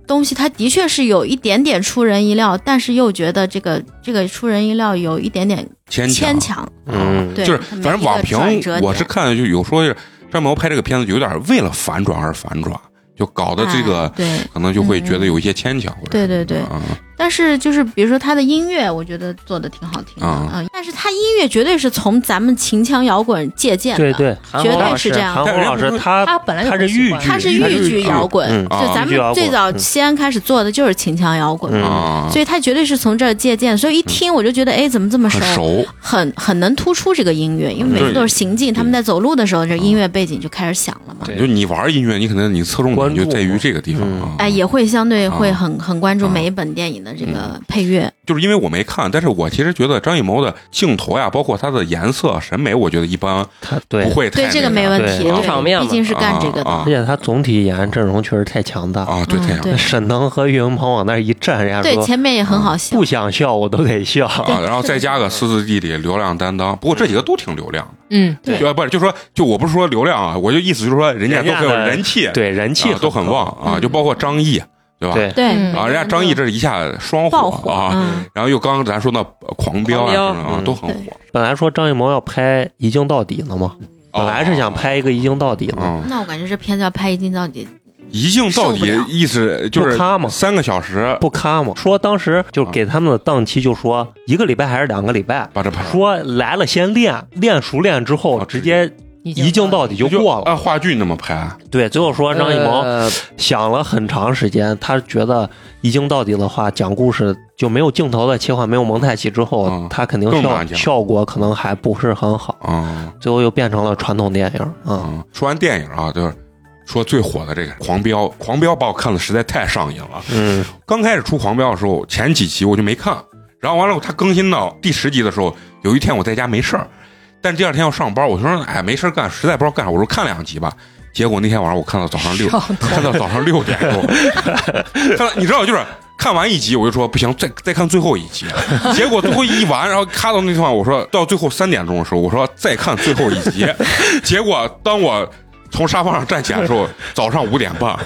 E: 东西它的确是有一点点出人意料，但是又觉得这个这个出人意料有一点点
B: 牵
E: 牵强，哎
F: 嗯，
E: 对，
B: 就是
E: 它
B: 反正
E: 没一个
B: 网评
E: 转折
B: 我
E: 点
B: 是看就有说是张艺谋拍这个片子有点为了反转而反转，就搞得这个
E: 哎对，
B: 可能就会觉得有一些牵强。或者
E: 嗯对对对
B: 嗯
E: 但是就是比如说他的音乐，我觉得做的挺好听的
B: 啊
E: 啊、但是他音乐绝对是从咱们秦腔摇滚借鉴的，
F: 对对，
A: 韩
E: 绝
A: 红
E: 对
A: 老
E: 是
A: 师
E: 这样
F: 韩红老师他
C: 他本来就
F: 他
C: 不
F: 是
C: 喜
F: 豫
C: 欢
F: 剧，
E: 它是豫剧摇滚，
F: 嗯
B: 啊
E: 就咱
F: 豫剧摇
E: 们
F: 滚
E: 最早
F: 嗯
E: 西安开始做的就是秦腔摇滚
F: 嗯
E: 嘛。
B: 啊，
E: 所以他绝对是从这儿借鉴，所以一听我就觉得，哎，怎么这么熟
B: 很？熟，
E: 很很能突出这个音乐，因为每次都是行进，他们在走路的时候，这音乐背景就开始响了嘛。
F: 对
B: 就你玩音乐，你可能你侧重点
F: 关注
B: 就在于这个地方
F: 嗯
B: 啊。
E: 哎，也会相对会
B: 啊
E: 很很关注
B: 啊
E: 每一本电影的这个配乐。
B: 就是因为我没看，但是我其实觉得张艺谋的镜头啊呀，包括他的颜色、审美，我觉得一般
F: 他
B: 不
F: 对，
B: 会太
E: 对，这个
B: 那
E: 没
B: 啥
E: 问
F: 对
E: 题，
A: 临场面
E: 对，
A: 嘛
E: 毕竟是干这个
B: 啊
E: 的
B: 啊
F: 而。且他总体演员阵容确实太强大。
B: 啊，对，
E: 嗯
B: 太阳
E: 对
F: 那沈腾和岳云鹏往那儿一站，人家
E: 对，
F: 说
E: 前面也很好笑
F: 不。想笑我都得笑。
B: 啊，然后再加个四字弟弟流量担当，不过这几个都挺流量的。
C: 嗯，
F: 对
B: 就啊，不是，就说就我不是说流量啊，我就意思就是说人家都很有人气，
F: 对，人气
B: 啊都很
F: 高
B: 旺。啊，
E: 嗯
B: 就包括张译，对吧？
F: 对，
E: 对，
C: 嗯
B: 啊，人家张译这一下双
E: 爆火
B: 啊，
E: 嗯，
B: 然后又刚刚咱说那呃狂飙啊
A: 狂飙
B: 什么的啊，
F: 嗯
B: 都很火。
F: 本来说张艺谋要拍《一镜到底》呢嘛，本来是想拍一个《一镜到底》的，
B: 哦嗯，
E: 那我感觉这片子要拍一镜到底，
B: 一镜到
E: 受不
B: 底
E: 了
B: 意思就是
F: 不咖嘛
B: 三个小时
F: 不咔嘛。说当时就给他们的档期就说一个礼拜还是两个礼拜，
B: 把这拍
F: 说来了先练，练熟练之后
B: 啊
F: 直接一
C: 已
F: 镜到底就过了。
B: 按啊话剧那么拍啊
F: 对，最后说张艺谋
A: 呃
F: 想了很长时间，他觉得一镜到底的话，讲故事就没有镜头的切换，没有蒙太奇之后
B: 嗯，
F: 他肯定
B: 更
F: 效
B: 难讲
F: 效果可能还不是很好，
B: 啊
F: 最后又变成了传统电影啊。
B: 啊！说完电影啊，就是说最火的这个《狂飙》，《狂飙》把我看的实在太上瘾了。
F: 嗯，
B: 刚开始出《狂飙》的时候，前几集我就没看，然后完了，它更新到第十集的时候，有一天我在家没事儿，但第二天要上班，我说哎没事儿干，实在不知道干啥，我说看两集吧。结果那天晚上我看到早上六，看到早上六点钟，看到你知道就是看完一集我就说不行，再再看最后一集。啊 结果最后一完，然后咔到那地方，我说到最后三点钟的时候，我说再看最后一集。结果当我从沙发上站起来的时候，早上五点半。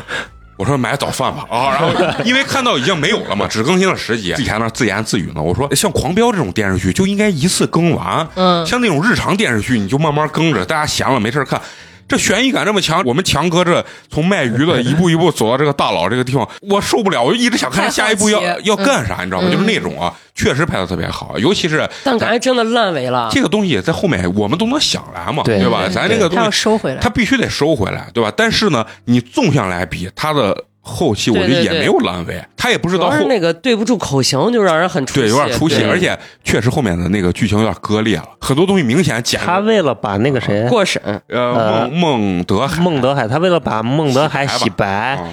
B: 我说买早饭吧啊，然 后因为看到已经没有了嘛，只更新了十集，自己还在那儿自言自语呢。我说像《狂飙》这种电视剧就应该一次更完，
C: 嗯
B: 像那种日常电视剧，你就慢慢更着，大家闲了没事儿看。这悬疑感这么强，我们强哥这从卖鱼的一步一步走到这个大佬这个地方，我受不了，我就一直想看他下一步要
C: 太好奇
B: 要干啥，你知道吗？就是那种啊，确实拍的特别好，尤其是
A: 但感觉真的烂尾了。
B: 这个东西在后面我们都能想来嘛，
F: 对
B: 吧？
C: 对
B: 咱这个
C: 他
B: 东
C: 要
B: 西
C: 收回来
B: 它。必须得收回来，对吧？但是呢，你纵向来比，它的后期我觉
A: 对
B: 得
A: 对
B: 也
A: 对
B: 没有烂尾，它也不是
A: 主
B: 到
A: 要
B: 后
A: 是那个对不住口型，就让人很出
B: 对有点出戏，
A: 对
B: 而且确实后面的那个剧情有点割裂了，很多东西明显剪
F: 他为了把那个谁
A: 过审。
B: 呃
F: 呃
B: 孟孟德海
F: 孟德海，他为了把孟德海洗白，
B: 啊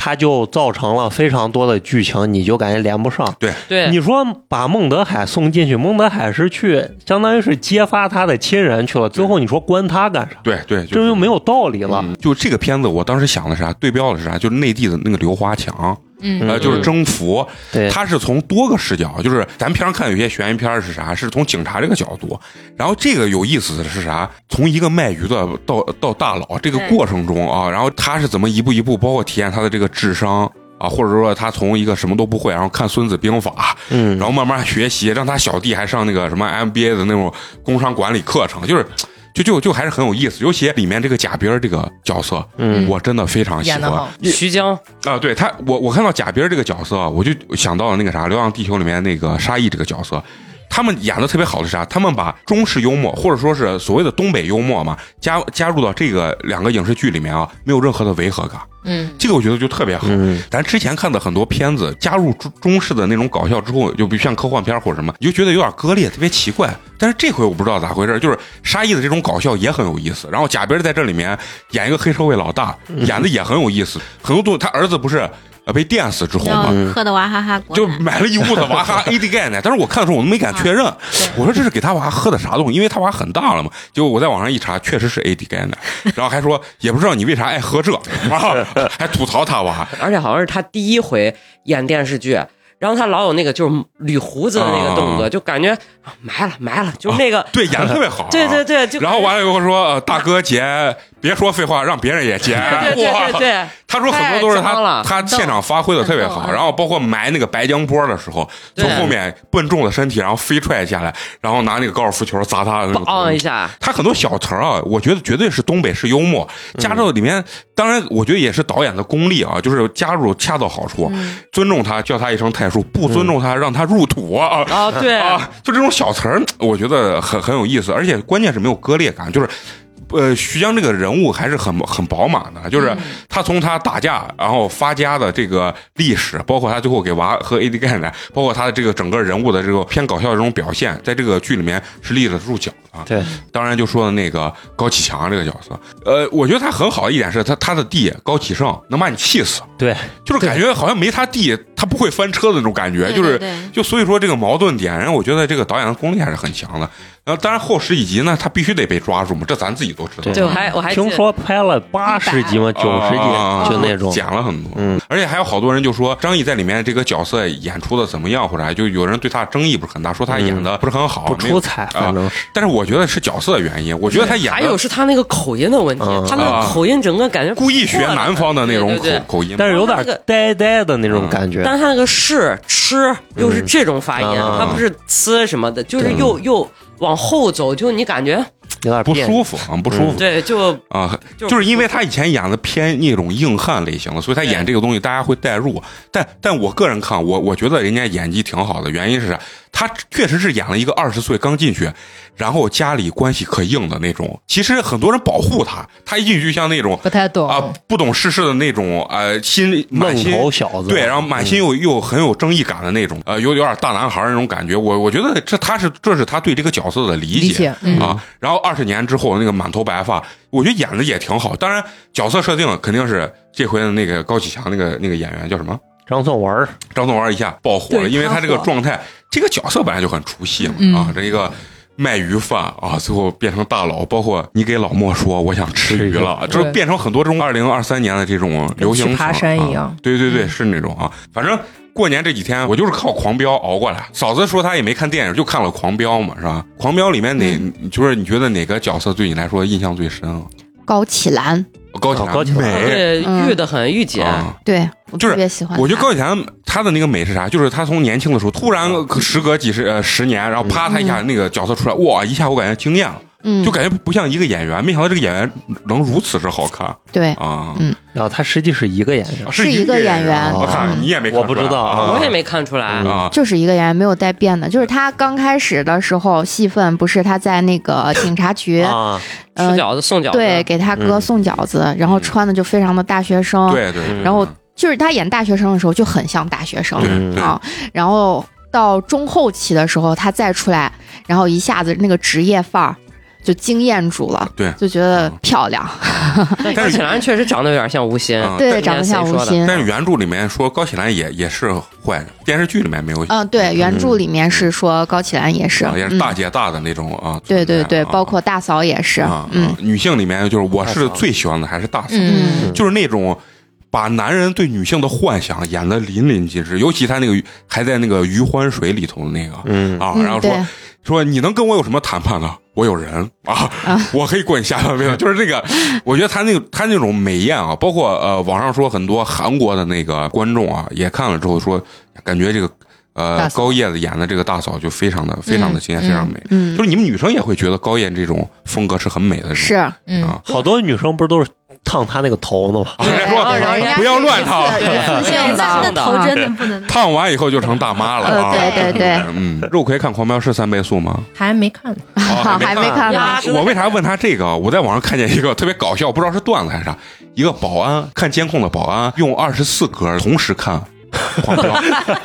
F: 他就造成了非常多的剧情，你就感觉连不上。
A: 对，
F: 你说把孟德海送进去，孟德海是去相当于是揭发他的亲人去了，最后你说关他干啥？
B: 对对，就是
F: 这就没有道理了。
B: 嗯就这个片子，我当时想的是啥？对标的是啥？就是内地的那个刘华强，
C: 嗯
F: 嗯
B: 呃，就是征服，
F: 对，
B: 他是从多个视角，就是咱平常看有些悬疑片儿是啥，是从警察这个角度，然后这个有意思的是啥？从一个卖鱼的到到大佬这个过程中啊，然后他是怎么一步一步，包括体验他的这个智商。啊，或者说他从一个什么都不会，然后看《孙子兵法》，
F: 嗯
B: 然后慢慢学习，让他小弟还上那个什么 MBA 的那种工商管理课程，就是。就就就还是很有意思，尤其里面这个贾冰儿这个角色，
F: 嗯
B: 我真的非常喜
C: 演得
B: 欢
C: 好。
B: 一
A: 徐江
B: 啊，对他，我我看到贾冰儿这个角色，啊我就想到了那个啥，《流浪地球》里面那个沙溢这个角色，他们演的特别好的是啥？他们把中式幽默，或者说是所谓的东北幽默嘛，加加入到这个两个影视剧里面啊，没有任何的违和感，
C: 嗯，
B: 这个我觉得就特别好。
F: 嗯
B: 咱之前看的很多片子，加入中中式的那种搞笑之后，就比如像科幻片或者什么，你就觉得有点割裂，特别奇怪。但是这回我不知道咋回事，就是沙溢的这种搞笑也很有意思。然后贾冰在这里面演一个黑社会老大，演的也很有意思。很多都他儿子不是呃被电死之后
E: 要
B: 嘛，
E: 喝的娃哈哈果
B: 就
E: 奶
B: 买了一屋子娃哈 AD 钙奶，但是我看的时候我都没敢确认，我说这是给他娃喝的啥东西，因为他娃很大了嘛。结果我在网上一查，确实是 AD 钙奶，然后还说也不知道你为啥爱喝这， 啊，还吐槽他娃。
A: 而且好像是他第一回演电视剧，然后他老有那个就是捋胡子的那个动作，
B: 啊
A: 就感觉、啊埋了埋了，就那个、
B: 对，演的特别好、啊
A: 对对。对，就
B: 哦然后完了以后说，呃大哥结，别说废话，让别人 也结。
A: 对对对 对
B: 哇，
A: 对，
B: 他说很多都是
A: 太脏
B: 他
A: 了
B: 他现场发挥的特别
E: 很
B: 好，
E: 逗
B: 然后包括埋那个白江波的时候，
A: 嗯对
B: 从后面笨重的身体，然后飞踹下来，然后拿那个高尔夫球砸他的那个头
A: 梆一。下，
B: 他很多小词儿啊，我觉得绝对是东北式幽默，
A: 嗯
B: 加入里面，当然我觉得也是导演的功力啊，就是加入恰到好处，
A: 嗯
B: 尊重他，叫他一声太叔，不尊重他，让他入土啊。
A: 啊 对，
B: 啊，就这种小词儿，我觉得很很有意思，而且关键是没有割裂感，就是。呃，徐江这个人物还是很很饱满的，就是
F: 嗯
B: 他从他打架，然后发家的这个历史，包括他最后给娃和 AD 盖奶，包括他的这个整个人物的这个偏搞笑的这种表现，在这个剧里面是立得住脚的啊。
F: 对，
B: 当然就说的那个高启强这个角色，呃，我觉得他很好的一点是他他的弟高启盛能把你气死，
F: 对，
B: 就是感觉好像没他弟他不会翻车的那种感觉，
E: 对
B: 就是
E: 对对
B: 就所以说这个矛盾点，然后我觉得这个导演的功力还是很强的。然后当然后十几集呢，他必须得被抓住嘛，这咱自己都知道。
F: 对
A: 对我还我还记
F: 听
A: 得
F: 说拍了八十集嘛，九十
B: 啊
F: 集就那种，
B: 减了很多，
F: 嗯，
B: 而且还有好多人就说张译在里面这个角色演出的怎么样，或者还就有人对他争议不是很大，说他演的不是很好，
F: 嗯不
B: 没有
F: 出彩，反正是。
B: 但是我觉得是角色的原因，我觉得他演
A: 还
B: 的
A: 有是他那个口音的问题，
F: 嗯
A: 他那个口音整个感觉
B: 故意学南方的那种
A: 对
B: 口
A: 对对
B: 口音，
F: 但是有点
A: 那个
F: 呆呆的那
B: 嗯
F: 种感觉，
A: 但他那个是吃又是这种发音，
F: 嗯
A: 他不是呲什么的，就是
F: 对
A: 又又往后走，就你感觉
F: 有点
B: 不
F: 别扭
B: 舒服啊，不舒服。
F: 嗯
A: 对，就
B: 啊，
A: 就
B: 就是因为他以前演的偏那种硬汉类型的，所以他演这个东西大家会代入。但但我个人看，我我觉得人家演技挺好的，原因是啥？他确实是演了一个二十岁刚进去，然后家里关系可硬的那种。其实很多人保护他，他一进去像那种
C: 不太懂
B: 啊不懂世事的那种呃心满
F: 愣
B: 心
F: 头小子。嗯
B: 对，然后满心又又很有争议感的那种，呃，有有点大男孩儿那种感觉。我我觉得这他是这是他对这个角色的理解
C: 理解嗯
B: 啊。然后二十年之后那个满头白发，我觉得演的也挺好。当然角色设定肯定是这回的那个高启强那个那个演员叫什么
F: 张颂文儿，
B: 张颂文一下爆火了，
G: 对
B: 因为
G: 他
B: 他这个
G: 火
B: 状态，这个角色本来就很出戏嘛、
C: 嗯
B: 啊，这一个。卖鱼贩啊，最后变成大佬，包括你给老莫说我想吃
F: 吃鱼
B: 鱼了，
C: 对
B: 就是变成很多这种二零二三年的这种流行
C: 跟去爬
B: 梗
C: 山一
B: 啊
C: 样
B: 对对对，是那种啊，反正。过年这几天，我就是靠《狂飙》熬过来。嫂子说她也没看电影，就看了《狂飙》嘛，是吧？《狂飙》里面哪，
D: 嗯
B: 就是你觉得哪个角色对你来说印象最深啊？
D: 高启兰，
B: 高启
F: 哦高启
B: 强
F: 强
B: 美
A: 对
D: 嗯
A: 遇的很御姐，
B: 啊，
D: 对我
B: 就是
D: 特别喜欢她。
B: 我觉得高启强他的那个美是啥？就是他从年轻的时候，突然
F: 嗯
B: 时隔几十呃十年，然后啪他一下那个角色出来，哇，一下我感觉惊艳了，
D: 嗯，
B: 就感觉不像一个演员，没想到这个演员能如此之好看
D: 对，
B: 啊！
D: 嗯
F: 然后他实际是一个演员，
D: 是一个演员
B: 我靠，
D: 嗯
B: 你也没看
F: 我不
B: 出来
F: 知道啊
A: 我也没看出来。
B: 啊，
D: 就是一个演员没有带变的。就是他刚开始的时候戏份不是他在 那个警察
A: 哎
D: 局，
F: 啊，
A: 吃
D: 嗯、
A: 饺子送饺子，
D: 对，给他哥
F: 嗯
D: 送饺子，然后穿的就非常的大学生，
B: 对对，
F: 嗯
D: 然后就是他演大学生的时候就很像大学生
B: 对
F: 嗯
B: 对
D: 啊，然后到中后期的时候他再出来，然后一下子那个职业范儿就惊艳住了，
B: 对嗯啊
D: 就觉得漂亮，
B: 但
A: 但高
B: 是
A: 启兰确实长得有点像吴昕，
B: 嗯
D: 对，
A: 对
D: 长得像
A: 谁
D: 吴
A: 说的
D: 昕。
B: 但是原著里面说高启兰也也是坏人，电视剧里面没有演，
D: 嗯，对，原著里面是说高启兰也是，
B: 啊也是
D: 嗯
B: 大姐大的那种啊。
D: 对对对，
B: 啊
D: 包括大嫂也是，
B: 啊，
D: 嗯
B: 啊，女性里面就是我
F: 大
B: 是
F: 嫂
B: 最喜欢的还是大嫂，
C: 嗯
D: 嗯
B: 就是那种。把男人对女性的幻想演得淋漓尽致，尤其他那个还在那个余欢水里头的那个、
F: 嗯
B: 啊，
D: 嗯
B: 然后说
D: 对，
B: 说你能跟我有什么谈判啊？我有人啊，我可以过你下半辈 子。就是这个，我觉得他那个他那种美艳啊，包括呃，网上说很多韩国的那个观众啊，也看了之后说，感觉这个呃
C: 大嫂
B: 高叶子演的这个大嫂就非常的非常的惊艳，非常美。
D: 嗯，
B: 就
D: 嗯
B: 是你们女生也会觉得高艳这种风格是很美的，
D: 是
C: 嗯，
B: 啊。
F: 好多女生不是都是烫她那个头呢吗？
B: 啊人家说
A: 然后人家
B: 不要乱
A: 哦
B: 烫，
D: 一次性
E: 但是那
D: 的，
E: 头真的不能。
B: 烫完以后就成大妈了啊！
D: 呃，对对对，
B: 嗯，肉葵看《狂飙》是三倍速 吗？
C: 还没看呢。
B: 哦
D: 好，还没看呢。
G: 呀
B: 我为啥问他这个啊？我在网上看见一个特别搞笑，不知道是段子还是啥，一个保安看监控的保安用二十四格同时看。狂飙，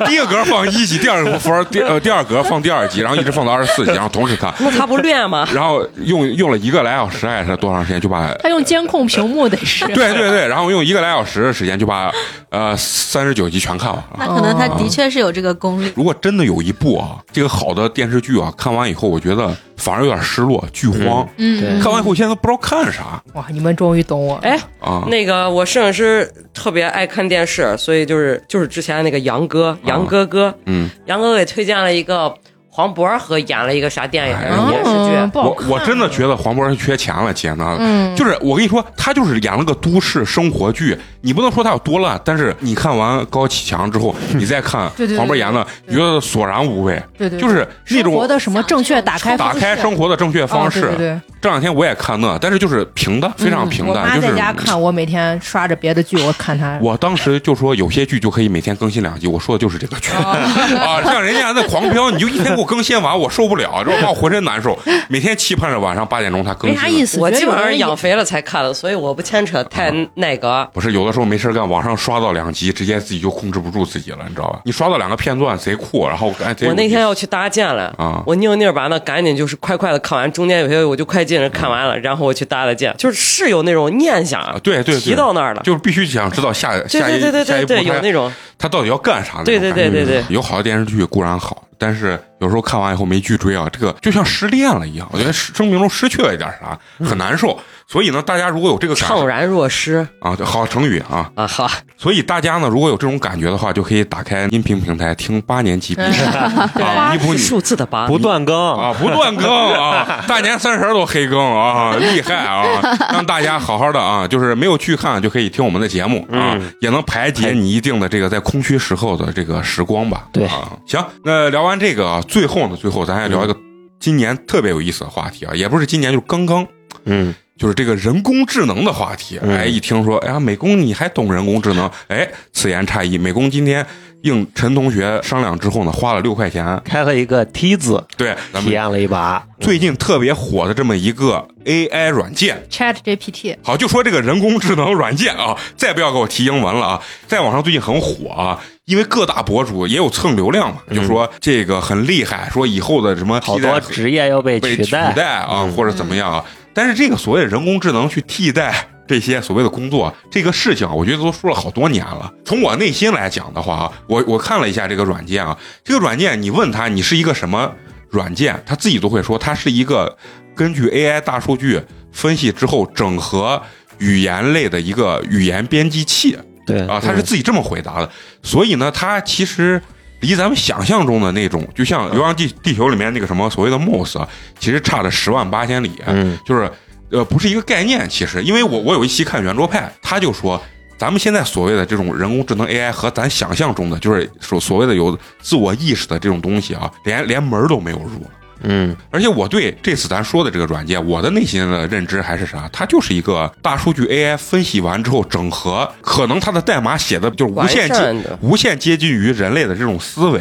B: 第一个格放一集，第二个放第呃第二格放第二集，然后一直放到二十四集，然后同时看，
A: 那他不 练吗？
B: 然后用用了一个来小时还是多长时间就把，
C: 他用监控屏幕得是
B: 对对对，然后用一个来小时的时间就把呃三十九集全看完了。
E: 那可能他
B: 哦
E: 的确是有这个功力，
B: 如果真的有一部啊，这个好的电视剧啊，看完以后我觉得反而有点失落，剧荒。
C: 嗯，
B: 看完以后现在都不知道看啥
C: 哇，你们终于懂我。
A: 哎，
B: 啊。
A: 那个我摄影师特别爱看电视，所以就是就是之前那个杨哥，杨哥哥，
B: 嗯，
A: 杨哥给推荐了一个黄渤和演了一个啥电影还是电视
C: 嗯，
A: 剧。
C: 不好
B: 我
C: 看。
B: 我真的觉得黄渤是缺钱了，姐呢，
C: 嗯
B: 就是我跟你说，他就是演了个都市生活剧，你不能说他有多烂，但是你看完高启强之后，你再看
C: 对对对
B: 黄渤演的，你觉得索然无味，
C: 对对，对
B: 就是那
C: 生活
B: 种
C: 的什么正确打开
B: 打开生活的正确方
C: 啊对
B: 式。
C: 对
B: 这两天我也看那，但是就是平淡，非常
C: 对，
B: 平
C: 我妈
B: 淡，就
C: 在
B: 是
C: 家看，我每天刷着别的剧，我看她。
B: 我当时就说有些剧就可以每天更新两集，我说的就是这个剧
C: 哦
B: 啊，像人家那狂飙，你就一天给我更新完，我受不了，这让我浑身难受，每天期盼着晚上八点钟它更
C: 没
B: 新。
C: 啥意思，
A: 我
C: 觉得
A: 基本
C: 有
A: 上
C: 人
A: 养肥了才看的，所以我不牵扯太那个。
B: 不是有的时候没事干，网上刷到两集，直接自己就控制不住自己了，你知道吧？你刷到两个片段贼酷，然后哎，贼有
A: 我那
B: 意思
A: 天要去搭建了
B: 啊
A: 我宁宁把那赶紧就是快快的看完，中间有些我就快进着看完了，然后我去搭了建，就是是有那种念
B: 啊
A: 想，，
B: 对对对，
A: 提到那儿了，
B: 就是必须想知道下
A: 对
B: 下一
A: 对对对
B: 下一
A: 对
B: 步
A: 对，有
B: 他
A: 那种
B: 他到底要干啥那种
A: 对对对
B: 感觉
A: 对对
B: 有好的电视剧固然好，但是有时候看完以后没剧追啊，这个就像失恋了一样，我觉得失生命中失去了一点啥，很难受。所以呢，大家如果有这个感
A: 怅
B: 受
A: 然若失
B: 啊，对好成语啊，
A: 啊，好，
B: 所以大家呢，如果有这种感觉的话，就可以打开音频平台听八年级比赛啊，弥补
A: 是
B: 你
A: 数字的八，
F: 不断更，
B: 啊，不断更啊，大年三十儿都黑更啊，厉害啊！让大家好好的啊，就是没有去看就可以听我们的节目啊，
F: 嗯
B: 也能排解你一定的这个在空虚时候的这个时光吧。
F: 对
B: 啊，行，那聊完这个啊，最后呢，最后咱也聊一
F: 嗯
B: 个今年特别有意思的话题啊，也不是今年，就是刚刚。
F: 嗯，
B: 就是这个人工智能的话题，
F: 嗯
B: 哎，一听说，哎呀，美工你还懂人工智能？哎，此言差矣。美工今天应陈同学商量之后呢，花了六块钱，
F: 开了一个 T 字，
B: 对，咱
F: 体
B: 们
F: 验了一把。
B: 最近特别火的这么一个 AI 软件。
C: Chat GPT，
B: 好，就说这个人工智能软件啊， 再不要给我提英文了啊！在网上最近很火啊，因为各大博主也有蹭流量嘛，就说这个很厉害，说以后的什么
F: 嗯好
B: 替代
F: 多职业要被
B: 被
F: 取
B: 取代啊，
F: 嗯
B: 或者怎么样啊。但是这个所谓的人工智能去替代这些所谓的工作这个事情啊，我觉得都说了好多年了。从我内心来讲的话啊，我我看了一下这个软件啊，这个软件你问他你是一个什么软件，他自己都会说它是一个根据 AI 大数据分析之后整合语言类的一个语言编辑器。
F: 嗯对
B: 啊，他是自己这么回答的。所以呢，他其实离咱们想象中的那种，就像《流浪地
F: 嗯
B: 地球》里面那个什么所谓的 MOS，啊，其实差了十万八千里。
F: 嗯
B: 就是呃，不是一个概念。其实，因为我我有一期看圆桌派，他就说。咱们现在所谓的这种人工智能 AI 和咱想象中的，就是所所谓的有自我意识的这种东西啊，连连门儿都没有入。
F: 嗯
B: 而且我对这次咱说的这个软件，我的内心的认知还是啥？它就是一个大数据 AI 分析完之后整合，可能它的代码写的就是无限接
A: 完善的
B: 无限接近于人类的这种思维，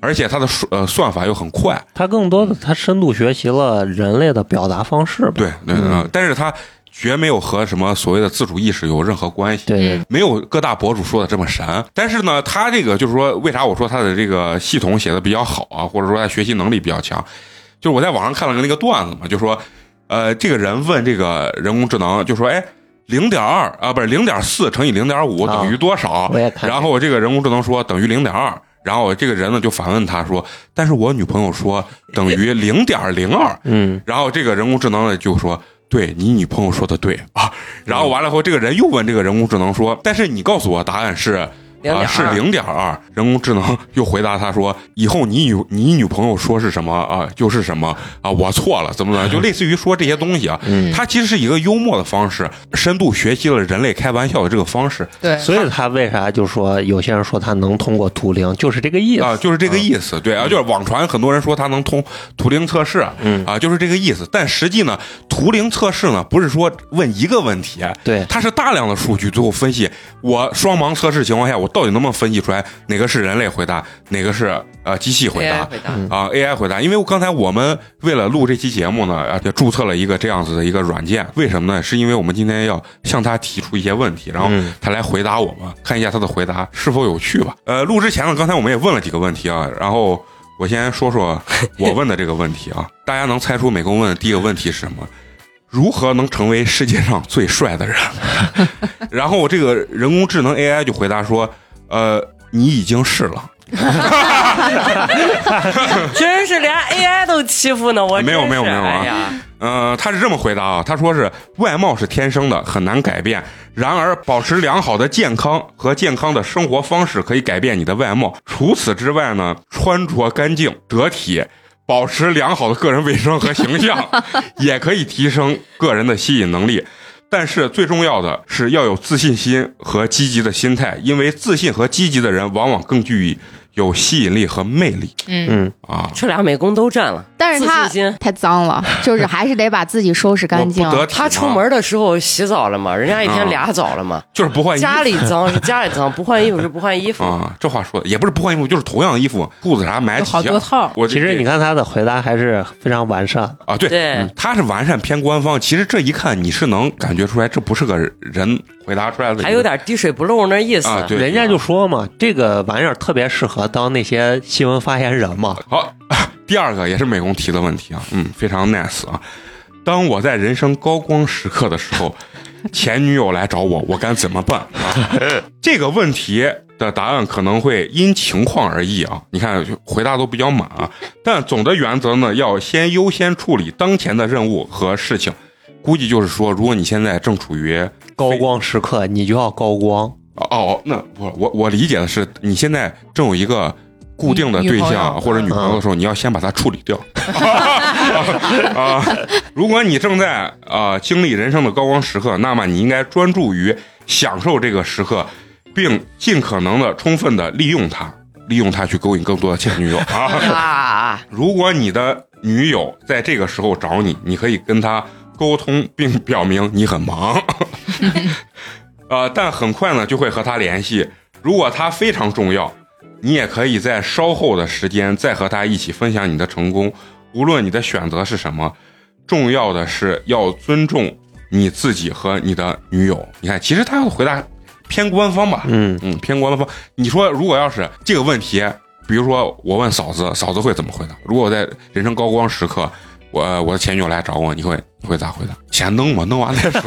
B: 而且它的数呃算法又很快。
F: 他更多的他深度学习了人类的表达方式吧。
B: 对对、嗯，但是它绝没有和什么所谓的自主意识有任何关系。
F: 对
B: 没有各大博主说的这么神，但是呢，他这个就是说，为啥我说他的这个系统写的比较好啊，或者说他学习能力比较强，就是我在网上看了个那个段子嘛，就说，呃，这个人问这个人工智能，就说，哎，零点二啊，不是零点四乘以零点五
F: 啊
B: 等于多少？
F: 我也看
B: 然后这个人工智能说等于零点二，然后这个人呢就反问他说，但是我女朋友说等于零点零二，
F: 嗯，
B: 然后这个人工智能呢就说。对你女朋友说的对啊，然后完了后，这个人又问这个人工智能说：“但是你告诉我答案是
A: 零
B: 啊，
A: 点
B: 是
A: 二
B: 零点二。人工智能又回答他说：“以后你女你女朋友说是什么啊，就是什么啊，我错了，怎么怎么样，就类似于说这些东西啊。
F: 嗯
B: 它其实是一个幽默的方式，深度学习了人类开玩笑的这个方式啊
C: 对，
F: 所以他为啥就说有些人说他能通过图灵，就是这个意思
B: 啊，就是这个意思。对啊，就是网传很多人说它能通图灵测试，
F: 嗯
B: 啊，就是这个意思。但实际呢，图灵测试呢不是说问一个问题，
F: 对
B: 它是大量的数据，最后分析我双盲测试情况下，我到底能不能分析出来哪个是人类回答，哪个是呃机器回
A: AI
B: 答
A: 回答。
B: 啊、AI 回答。因为刚才我们为了录这期节目呢，啊也注册了一个这样子的一个软件，为什么呢？是因为我们今天要向他提出一些问题，然后
F: 嗯
B: 他来回答我们，看一下他的回答是否有趣吧。呃，录之前呢，刚才我们也问了几个问题啊，然后我先说说我问的这个问题啊，大家能猜出美工问的第一个问题是什么？如何能成为世界上最帅的人？ 然后这个人工智能 AI 就回答说：“呃，你已经是了。”
A: 真 是连 AI 都欺负呢！我
B: 没有
A: 真是
B: 没有没有啊
A: 哎呀，
B: 呃，他是这么回答啊，他说是外貌是天生的，很难改变。然而，保持良好的健康和健康的生活方式可以改变你的外貌。除此之外呢，穿着干净得体，保持良好的个人卫生和形 象，也可以提升个人的吸引能力。但是最重要的是要有自信心和积极的心态，因为自信和积极的人往往更具有吸引力和魅力
C: 嗯，
F: 嗯，
B: 啊。
A: 这俩美工都占了。
D: 但是他
A: 自信心
D: 太脏了，就是还是得把自己收拾干净
B: 我。不得体
A: 他出
B: 吗
A: 门的时候洗澡了嘛，人家一天
B: 嗯
A: 俩澡了嘛。
B: 就是不换衣服
A: 家里脏是家里脏，不换衣服是不换衣服。
B: 哎啊，这话说的也不是不换衣服，就是同样的衣服，裤子啥买
C: 有
B: 几
C: 好多
B: 样。
C: 套，
B: 我这
F: 其实你看他的回答还是非常完善。
B: 啊，对，
A: 对
B: 嗯他是完善偏官方，其实这一看你是能感觉出来，这不是个人回答出来的，
A: 还有点滴水不漏那意思。
B: 啊，对，
F: 人家就说嘛，这个玩意儿特别适合当那些新闻发言人嘛。
B: 好。第二个也是美工提的问题啊，嗯，非常 nice 啊。当我在人生高光时刻的时候，前女友来找我，我该怎么办啊？这个问题的答案可能会因情况而异啊。你看，就回答都比较满啊。但总的原则呢，要先优先处理当前的任务和事情。估计就是说，如果你现在正处于
F: 高光时刻你就要高光，
B: 哦哦，那不，我我理解的是，你现在正有一个固定的对
C: 女女朋
B: 象
C: 友嗯
B: 或者女朋友的时候，你要先把它处 理掉。啊，如果你正在啊、呃经历人生的高光时刻，那么你应该专注于享受这个时刻，并尽可能的充分的利用它，利用它去勾引更多的前女友 啊。
A: 啊，
B: 如果你的女友在这个时候找你，你可以跟她沟通，并表明你很忙，呃，但很快呢就会和她联系。如果她非常重要，你也可以在稍后的时间再和她一起分享你的成功。无论你的选择是什么，重要的是要尊重你自己和你的女友。你看，其实他要回答偏官方吧，
F: 嗯
B: 嗯，偏官方。你说如果要是这个问题，比如说我问嫂子，嫂子会怎么回答？如果我在人生高光时刻，我我的前女友来找我，你会你会咋回答？先弄吧，弄完再说，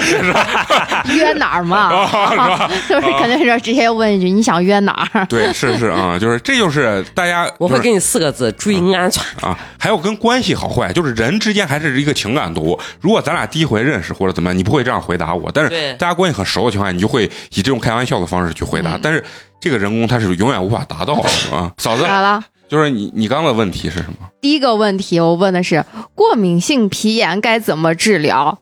B: 是吧？
D: 约哪儿嘛？
B: 哦是吧？
D: 就是肯定是直接问一句你想约哪儿？
B: 对，是是啊、就是这就是大家
A: 我会
B: 就是
A: 给你四个字：注意安全。
B: 啊，还有跟关系好坏，就是人之间还是一个情感动物。如果咱俩第一回认识或者怎么样，你不会这样回答我，但是
A: 对
B: 大家关系很熟的情况下，你就会以这种开玩笑的方式去回答。但是这个人工他是永远无法达到的啊，嫂子，
D: 咋了？
B: 就是你你刚刚的问题是什么？
D: 第一个问题我问的是过敏性皮炎该怎么治疗，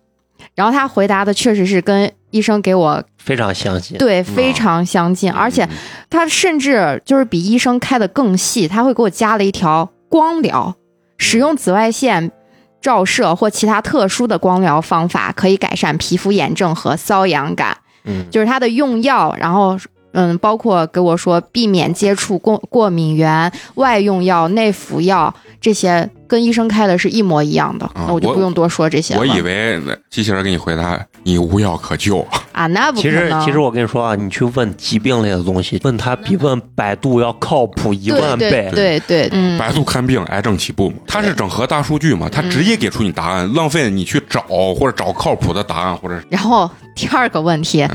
D: 然后他回答的确实是跟医生给我
F: 非常详细。
B: 嗯
D: 对非常相近，而且他甚至就是比医生开的更细，他会给我加了一条光疗，
B: 嗯
D: 使用紫外线照射或其他特殊的光疗方法，可以改善皮肤炎症和瘙痒感。
F: 嗯，
D: 就是它的用药，然后嗯，包括给我说避免接触过过敏源、外用药、内服药这些，跟医生开的是一模一样的，
B: 啊
D: 那我就
B: 我
D: 不用多说这些了。
B: 我以为机器人给你回答你无药可救，
D: 啊，那不可
F: 其实
D: 能。
F: 其实我跟你说啊，你去问疾病类的东西，问他比问百度要靠谱一
D: 对
F: 万
D: 对
F: 倍。
D: 对对，嗯，
B: 百度看病癌症起步嘛，它是整合大数据嘛，它直
D: 嗯
B: 接给出你答案，浪费你去找或者找靠谱的答案或者是
D: 然后第二个问题，
B: 嗯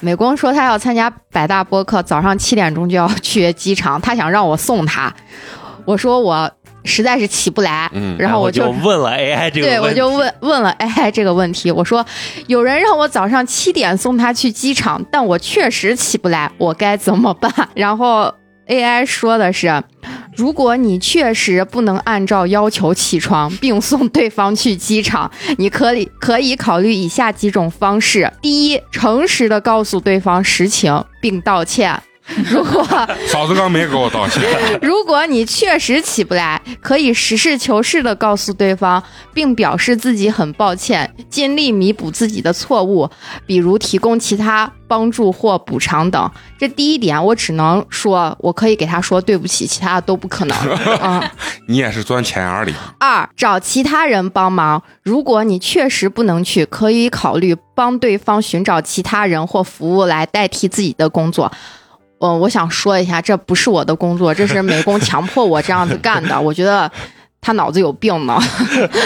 D: 美工说他要参加百大播客，早上七点钟就要去机场，他想让我送他。我说我实在是起不来，
B: 嗯
D: 然后我
F: 就
D: 就
F: 问了 AI 这个
D: 对，
F: 问
D: 我
F: 题
D: 就问问了哎这个问题，我说有人让我早上七点送他去机场，但我确实起不来，我该怎么办？ 然后 AI 说的是，如果你确实不能按照要求起床并送对方去机场，你可以可以考虑以下几种方式：第一，诚实的告诉对方实情并道歉。 如果
B: 嫂子刚没给我道歉，
D: 如果你确实起不来，可以实事求是的告诉对方，并表示自己很抱歉，尽力弥补自己的错误，比如提供其他帮助或补偿等。这第一点，我只能说我可以给他说对不起，其他的都不可能。嗯，
B: 你也是钻钱眼儿里。
D: 二，找其他人帮忙。如果你确实不能去，可以考虑帮对方寻找其他人或服务来代替自己的工作。呃，我想说一下，这不是我的工作，这是美工强迫我这样子干的。我觉得他脑子有病呢。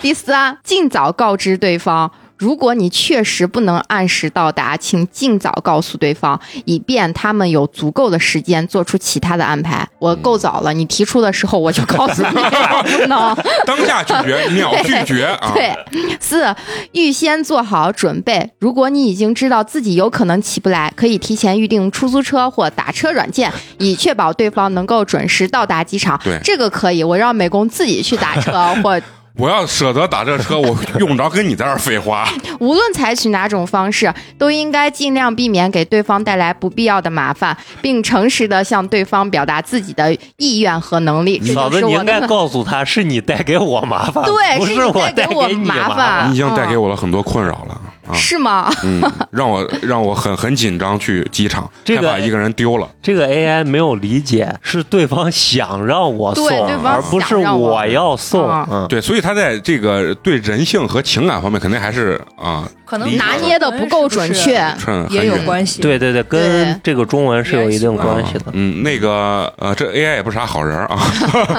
D: 第三，尽早告知对方。如果你确实不能按时到达，请尽早告诉对方，以便他们有足够的时间做出其他的安排。
B: 嗯
D: 我够早了，你提出的时候我就告诉你， 不能。
B: 当下拒绝，秒拒绝啊！
D: 对，四，预先做好准备。如果你已经知道自己有可能起不来，可以提前预定出租车或打车软件，以确保对方能够准时到达机场。
B: 对
D: 这个可以，我让美工自己去打 车或
B: 我要舍得打这车，我用不着跟你在这儿废话。
D: 无论采取哪种方式，都应该尽量避免给对方带来不必要的麻烦，并诚实的向对方表达自己的意愿和能力。这
F: 嗯嫂
D: 就
F: 子，
D: 是
F: 你
D: 我
F: 应该
D: 的
F: 告诉他是你带给我麻烦，
D: 对
F: 不
D: 是
F: 是
D: 你
F: 我
D: 带给我
F: 给你
D: 麻
F: 烦。
D: 烦
B: 你已经带给我了很多困扰了啊！
D: 是吗？
B: 嗯，让我让我很很紧张去机场，
F: 这个
B: 害怕一个人丢了。
F: 这个 AI 没有理解，是对方想让我送
D: 对对，方
F: 而不是
D: 想让我
F: 我要送。
D: 嗯
F: 嗯，
B: 对，所以他在这个对人性和情感方面，肯定还是啊，
C: 可能
B: 理解
D: 拿捏的不够准确。
B: 趁很
C: 啊也有
B: 远
C: 关系。
F: 对对对，跟
D: 对
F: 这个中文是有一定关系的。
B: 嗯，那个呃，这 AI 也不是啥好人儿啊。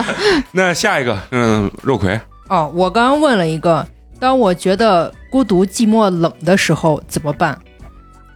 B: 那下一个，嗯，肉葵，
C: 哦，我刚刚问了一个，当我觉得孤独、寂寞、冷的时候怎么办？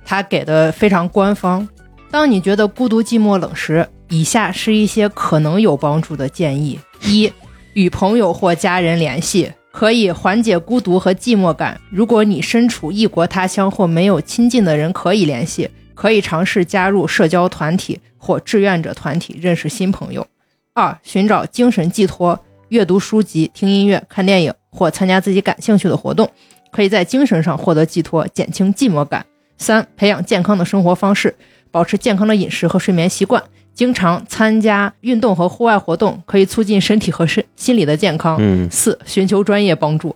C: 他给的非常官方。当你觉得孤独、寂寞、冷时，以下是一些可能有帮助的建议：一、与朋友或家人联系，可以缓解孤独和寂寞感。如果你身处异国他乡或没有亲近的人可以联系，可以尝试加入社交团体或志愿者团体，认识新朋友。二、寻找精神寄托，阅读书籍、听音乐、看电影或参加自己感兴趣的活动，可以在精神上获得寄托，减轻寂寞感。三、培养健康的生活方式，保持健康的饮食和睡眠习惯，经常参加运动和户外活动，可以促进身体和身心理的健康。
F: 嗯，
C: 四、寻求专业帮助。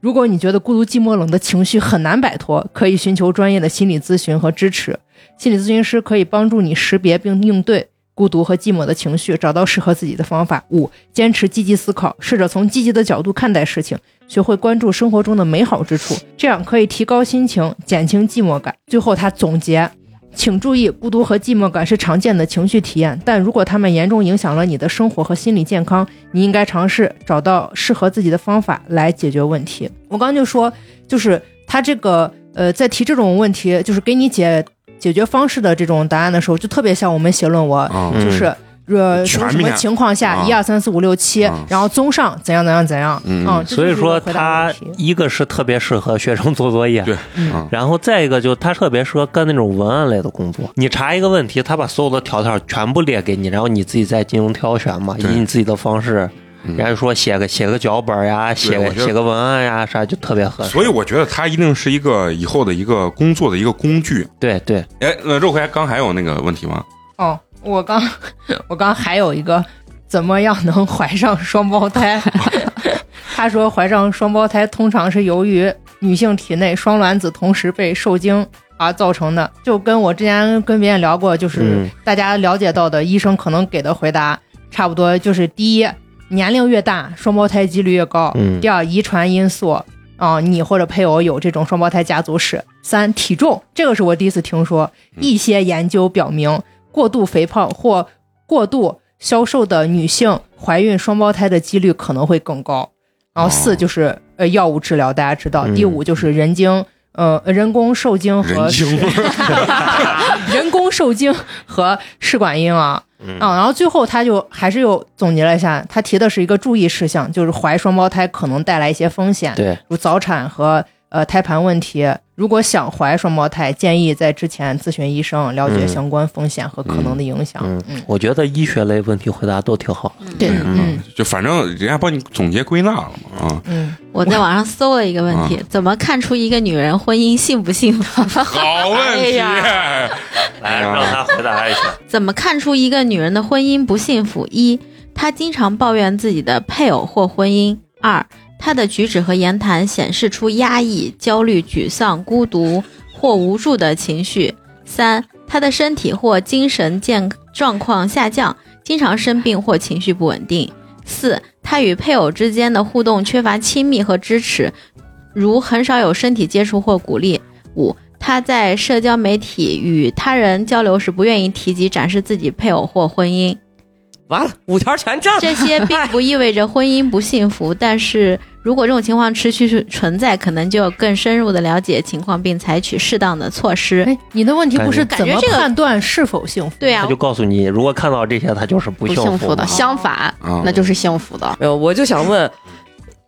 C: 如果你觉得孤独、寂寞、冷的情绪很难摆脱，可以寻求专业的心理咨询和支持。心理咨询师可以帮助你识别并应对孤独和寂寞的情绪，找到适合自己的方法。五、坚持积极思考，试着从积极的角度看待事情，学会关注生活中的美好之处，这样可以提高心情，减轻寂寞感。最后，他总结。请注意，孤独和寂寞感是常见的情绪体验，但如果它们严重影响了你的生活和心理健康，你应该尝试找到适合自己的方法来解决问题。我刚刚就说，就是他这个呃，在提这种问题，就是给你解解决方式的这种答案的时候，就特别像我们写论文，
B: 啊、
F: 嗯
C: 就是。呃，什
B: 全
C: 么什么
B: 面
C: 情况下，
B: 啊
C: 一二三四五六七
B: 啊，
C: 然后综上怎样怎样怎样，
B: 嗯
C: 嗯，这就
F: 所以
C: 是
F: 说
C: 回答
F: 它
C: 问题
F: 一个是特别适合学生做作业，
B: 对
C: 嗯
B: 啊
F: 然后再一个就它特别适合干那种文案类的工作。你查一个问题，它把所有的条条全部列给你，然后你自己再进行挑选嘛，以
B: 对
F: 你自己的方式。人家说写个写个脚本呀，写
B: 嗯我
F: 个
B: 觉得
F: 写个文案呀，啥就特别合适。
B: 所以我觉得它一定是一个以后的一个工作的一个工具。
F: 对对，
B: 哎，呃，肉葵刚还有那个问题吗？
C: 哦，我刚我刚还有一个，怎么样能怀上双胞胎？ 他说，怀上双胞胎通常是由于女性体内双卵子同时被受精而造成的，就跟我之前跟别人聊过，就是
F: 嗯
C: 大家了解到的医生可能给的回答差不多，就是第一，年龄越大，双胞胎几率越高；
F: 嗯
C: 第二，遗传因素，啊、你或者配偶有这种双胞胎家族史。三、体重，这个是我第一次听说。一些研究表明，过度肥胖或过度消瘦的女性怀孕双胞胎的几率可能会更高。然后
B: 哦
C: 四就是呃药物治疗，大家知道。
F: 嗯
C: 第五就是人精呃人工受精和
B: 人精
C: 人工受精和试管婴儿。
B: 嗯
C: 啊，然后最后他就还是又总结了一下，他提的是一个注意事项，就是怀双胞胎可能带来一些风险，
F: 对，
C: 如早产和呃胎盘问题。如果想怀双胞胎，建议在之前咨询医生，了解
F: 嗯
C: 相关风险和可能的影响。
F: 嗯
C: 嗯，
F: 我觉得医学类问题回答都挺好。
C: 对，
B: 嗯
C: 嗯，
B: 就反正人家帮你总结归纳了嘛 啊，
C: 嗯，
E: 我在网上搜了一个问
B: 嗯
E: 题，怎么看出一个女人婚姻幸不幸福？
B: 好
D: 哎
B: 问题，
F: 来，
B: 呀
F: 让他回答一下。
E: 怎么看出一个女人的婚姻不幸福？一，她经常抱怨自己的配偶或婚姻；二，她的举止和言谈显示出压抑、焦虑、沮丧、孤独或无助的情绪；三，她的身体或精神健状况下降，经常生病或情绪不稳定；四，她与配偶之间的互动缺乏亲密和支持，如很少有身体接触或鼓励；五，她在社交媒体与他人交流时不愿意提及展示自己配偶或婚姻。
A: 完了，五条全占了。
E: 这 些并不意味着婚姻不幸福，但是如果这种情况持续存在，可能就要更深入的了解情况并采取适当的措施。
C: 哎，你的问题不是
E: 感觉
C: 怎么
E: 感觉这个
C: 判断是否幸福？
E: 对
F: 他
E: 啊
F: 就，告诉你，如果看到这些，他就是不
D: 不
F: 幸
D: 幸福的，
F: 嘛
D: 相反
B: 啊
D: 那就是幸福的。
A: 没有，呃我就想问，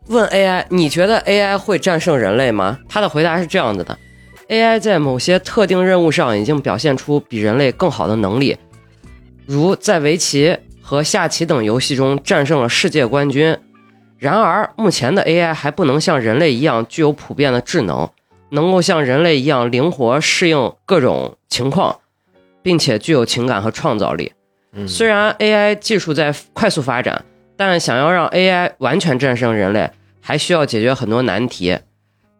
A: 问 AI，你觉得 AI 会战胜人类吗？他的回答是这样子的：AI 在某些特定任务上已经表现出比人类更好的能力，如在围棋和下棋等游戏中战胜了世界冠军。然而，目前的 AI 还不能像人类一样具有普遍的智能，能够像人类一样灵活适应各种情况，并且具有情感和创造力。
F: 嗯
A: 虽然 AI 技术在快速发展，但想要让 AI 完全战胜人类，还需要解决很多难题，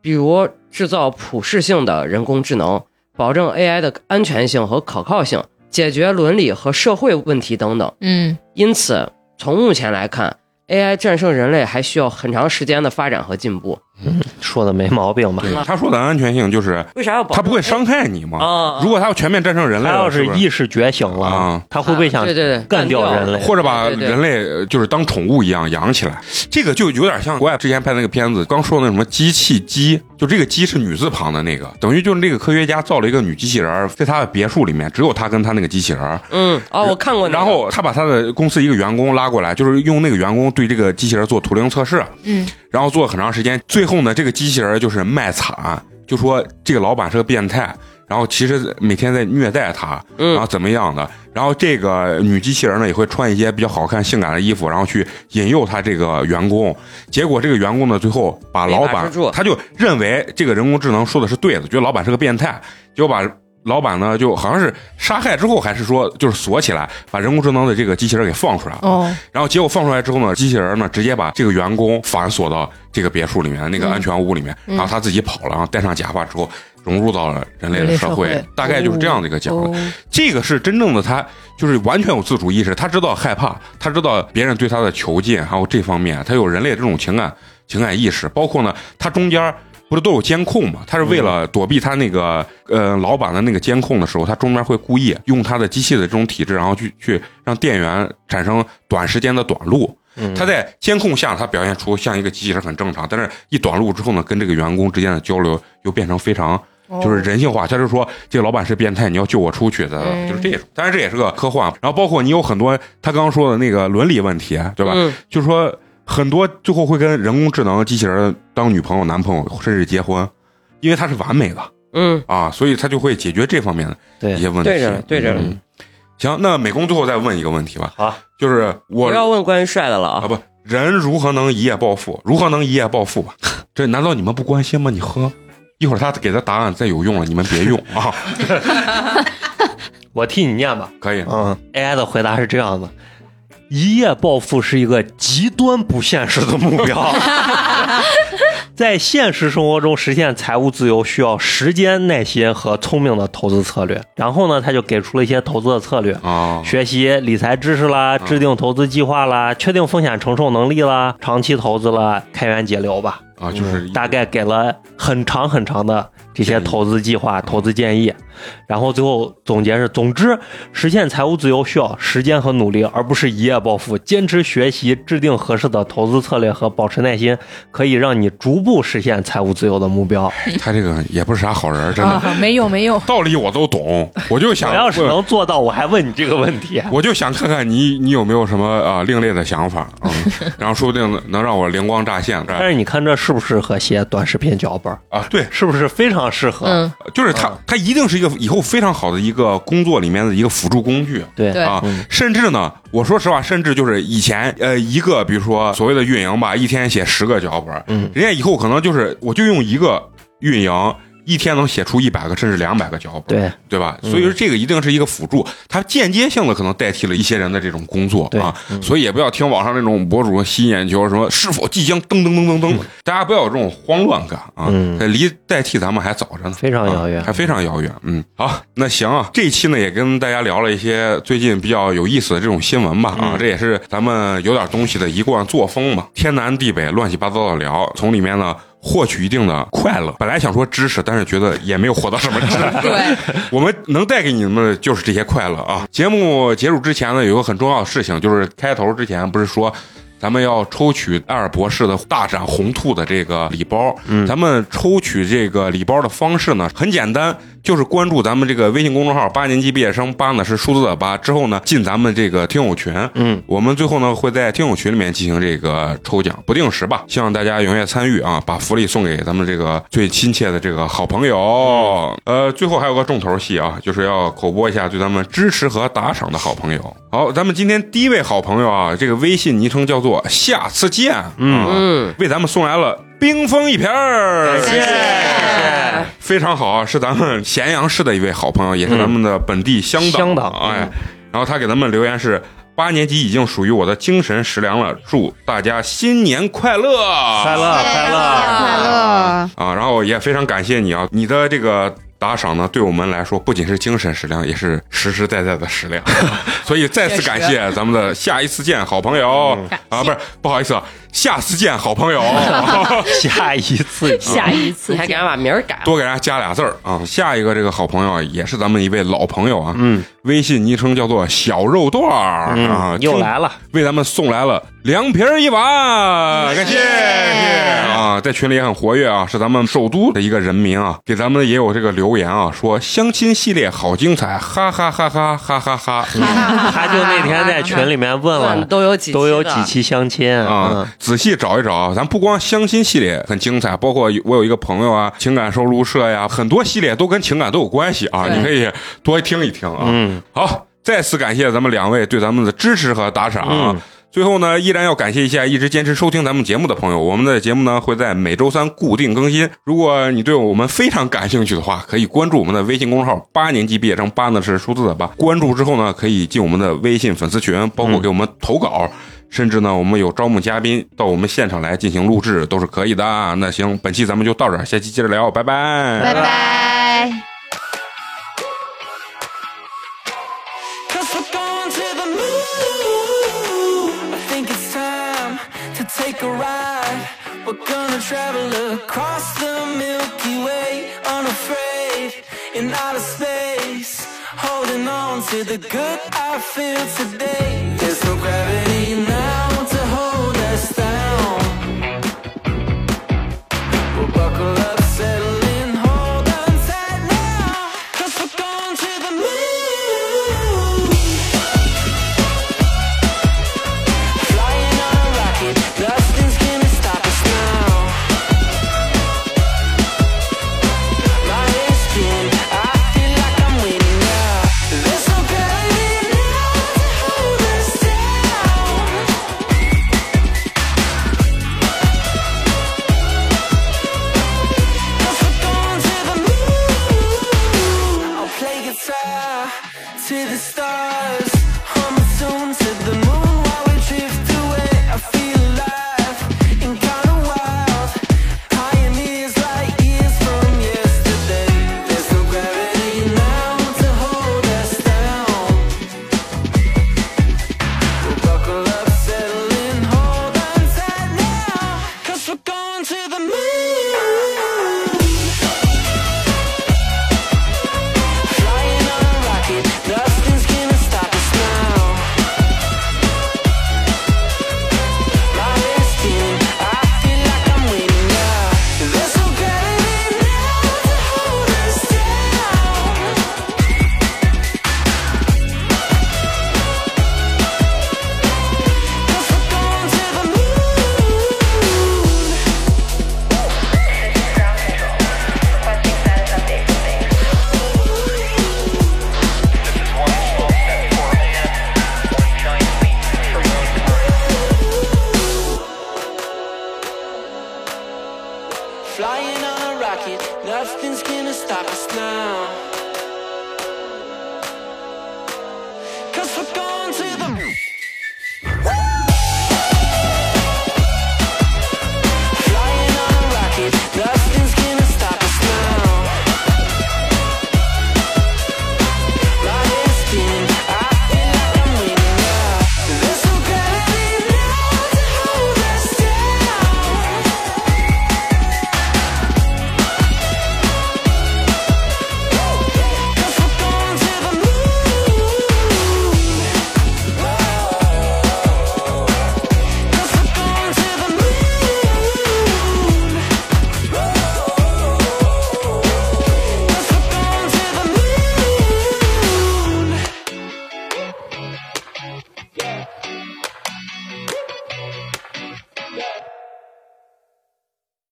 A: 比如制造普适性的人工智能，保证 AI 的安全性和可靠性，解决伦理和社会问题等等。
E: Mm.
C: 嗯，
A: 因此，从目前来看，AI 战胜人类还需要很长时间的发展和进步。
F: 说的没毛病吧？
B: 他说的安全性就是
A: 为啥要保？
B: 他不会伤害你嘛。
A: 啊？
B: 如果他要全面战胜人类
F: 他
B: 了，
F: 要
B: 是
F: 是
B: 不是
F: 意识觉醒了
B: 啊，
F: 他会不会想
A: 啊对对对
F: 干掉
A: 干掉
F: 人类？
B: 或者把
A: 对对对
B: 人类呃就是当宠物一样养起来，这个就有点像国外之前拍那个片子，刚说的那什么机器鸡，就这个鸡是女字旁的那个，等于就是那个科学家造了一个女机器人儿，在他的别墅里面，只有他跟他那个机器人儿，
A: 嗯哦，我看过那个。
B: 然后他把他的公司一个员工拉过来，就是用那个员工对这个机器人做图灵测试，
C: 嗯，
B: 然后做了很长时间，最后呢，这个机器人就是卖惨，就说这个老板是个变态，然后其实每天在虐待他，
A: 嗯
B: 然后怎么样的，然后这个女机器人呢也会穿一些比较好看、性感的衣服，然后去引诱他这个员工，结果这个员工呢最后把老
A: 没把
B: 板
A: 持住
B: 他就认为这个人工智能说的是对的，觉得老板是个变态，结果把老板呢就好像是杀害之后，还是说就是锁起来，把人工智能的这个机器人给放出来了。
C: 哦，
B: 然后结果放出来之后呢，机器人呢直接把这个员工反锁到这个别墅里面那个
C: 嗯
B: 安全屋里面，然后他自己跑了，然后戴上假发之后融入到了人类
C: 人
B: 的
C: 类
B: 社
C: 社
B: 会，
C: 会
B: 大概就是这样的一个讲的。
C: 哦
B: 这个是真正的他，就是完全有自主意识，他知道害怕，他知道别人对他的囚禁，还有这方面，他有人类这种情感情感意识。包括呢，他中间不是都有监控嘛？他是为了躲避他那个呃老板的那个监控的时候，他中间会故意用他的机器的这种体制，然后去去让电源产生短时间的短路。
F: 嗯
B: 他在监控下，他表现出像一个机器人很正常，但是一短路之后呢，跟这个员工之间的交流又变成非常
C: 哦
B: 就是人性化，他就说这个老板是变态，你要救我出去的，
C: 嗯
B: 就是这种。当然这也是个科幻，然后包括你有很多他刚刚说的那个伦理问题，对吧？
A: 嗯
B: 就是说很多最后会跟人工智能机器人当女朋友、男朋友，甚至结婚，因为它是完美的
A: 嗯，
B: 啊，所以他就会解决这方面的一
F: 对
B: 些问题。
A: 对着了对着了
B: 嗯行，那美工最后再问一个问题吧，
F: 好，
B: 就是我
A: 不要问关于帅的了啊
B: 啊，。不，人如何能一夜暴富？如何能一夜暴富吧？ 这难道你们不关心吗？你喝，一会儿他给的答案再有用了，你们别用啊！
F: 我替你念吧。
B: 可以，
F: 嗯，AI 的回答是这样的：一夜暴富是一个极端不现实的目标。 在现实生活中实现财务自由需要时间、耐心和聪明的投资策略。然后呢，他就给出了一些投资的策略，
B: 啊，
F: 学习理财知识啦，制定投资计划啦，确定风险承受能力啦，长期投资啦，开源节流吧。
B: 啊，就是
F: 大概给了很长很长的这些投资计划、投资建
B: 嗯
F: 议，然后最后总结是：总之，实现财务自由需要时间和努力，而不是一夜暴富。坚持学习，制定合适的投资策略和保持耐心，可以让你逐步实现财务自由的目标。
B: 他这个也不是啥好人，真的。
C: 啊，没有没有，
B: 道理我都懂，我就想
F: 我要是
B: 问
F: 能做到，我还问你这个问题。
B: 我就想看看你，你有没有什么啊、呃另类的想法，嗯，然后说不定能让我灵光乍现。
F: 但是你看这适不适合写短视频脚本？
B: 啊，对，
F: 是不是非常适合？
C: 嗯，
B: 就是他，他一定是一个以后非常好的一个工作里面的一个辅助工具
F: 对
C: 对
B: 啊
F: 嗯。
B: 甚至呢，我说实话，甚至就是以前呃，一个比如说所谓的运营吧，一天写十个脚本，
F: 嗯
B: 人家以后可能就是我就用一个运营。一天能写出一百个甚至两百个脚本，
F: 对
B: 对吧？所以说这个一定是一个辅助，它间接性的可能代替了一些人的这种工作
F: 对嗯
B: 啊。所以也不要听网上那种博主吸眼球，什么是否即将噔噔噔噔噔，大家不要有这种慌乱感啊！
F: 嗯
B: 离代替咱们还早着呢，
F: 非常遥远
B: 啊还非常遥远。嗯，好，那行啊，这一期呢也跟大家聊了一些最近比较有意思的这种新闻吧
F: 嗯
B: 啊，这也是咱们有点东西的一贯作风嘛，天南地北乱七八糟的聊，从里面呢。获取一定的快乐，本来想说知识，但是觉得也没有获到什么知识。
C: 对，
B: 我们能带给你们的就是这些快乐啊！节目结束之前呢，有个很重要的事情，就是开头之前不是说。咱们要抽取艾尔博士的大展宏兔的这个礼包，嗯，咱们抽取这个礼包的方式呢很简单，就是关注咱们这个微信公众号“八年级毕业生”，八呢是数字的八，之后呢进咱们这个听友群，
F: 嗯，
B: 我们最后呢会在听友群里面进行这个抽奖，不定时吧，希望大家踊跃参与啊，把福利送给咱们这个最亲切的这个好朋友。呃，最后还有个重头戏啊，就是要口播一下对咱们支持和打赏的好朋友。好，咱们今天第一位好朋友啊，这个微信昵称叫做“下次见”，嗯
A: 嗯，
B: 为咱们送来了冰封一瓶儿，
F: 感谢感谢
B: 非常好啊，是咱们咸阳市的一位好朋友，也
F: 嗯
B: 是咱们的本地乡党，
F: 乡党
B: 哎，然后他给咱们留言是。八年级已经属于我的精神食粮了，祝大家新年快乐！
F: 快乐哎快乐，
D: 快乐，
B: 啊！然后也非常感谢你啊，你的这个打赏呢，对我们来说不仅是精神食粮，也是实实在在的食 粮。所以再次感谢咱们的下一次见好朋友、啊，不是不好意思，啊，下次见好朋 友。
F: 下 一次
H: 下一次
A: 你还
H: 见
A: 给俺把名儿改了，
B: 多给大家加俩字儿啊！下一个这个好朋友啊也是咱们一位老朋友啊，嗯，微信昵称叫做小肉段儿、啊，
F: 嗯，又
B: 听
F: 来了，
B: 为咱们送来了凉皮儿一碗，感谢谢啊！在群里也很活跃啊，是咱们首都的一个人民啊，给咱们也有这个留言啊，说相亲系列好精彩，哈哈哈哈哈哈哈
F: 他就那天在群里面 问
A: 嗯
F: 了，
A: 都有几
F: 都有
A: 的
F: 几期相亲
B: 啊
F: 啊？！
B: 仔细找一找啊，咱不光相亲系列很精彩，包括我有一个朋友啊，情感收录社呀，很多系列都跟情感都有关系啊，
C: 对
B: 你可以多听一听啊。
F: 嗯，
B: 好，再次感谢咱们两位对咱们的支持和打赏啊。
F: 嗯
B: 最后呢，依然要感谢一下一直坚持收听咱们节目的朋友。我们的节目呢会在每周三固定更新。如果你对我们非常感兴趣的话，可以关注我们的微信公众号“八年级毕业生”，八呢是数字的八。关注之后呢，可以进我们的微信粉丝群，包括给我们投稿。甚至呢，我们有招募嘉宾到我们现场来进行录制，都是可以的啊。那行，本期咱们就到这儿，下期接着聊，拜拜
D: 拜拜。
I: Cause we're going to the moon. I think it's time to take a ride. We're gonna travel across the Milky Way, unafraid in outer space. Holding on to the good I feel today. There's no gravity now to hold us down. We'll buckle up, settle in, hold on tight now. Cause we're going to the moon. Flying on a rocket, nothing's gonna stop us now. My head's spinning, I feel like I'm winning now. There's no gravity now to hold us down. Cause we're going to the moon. I'll play guitar to the stars.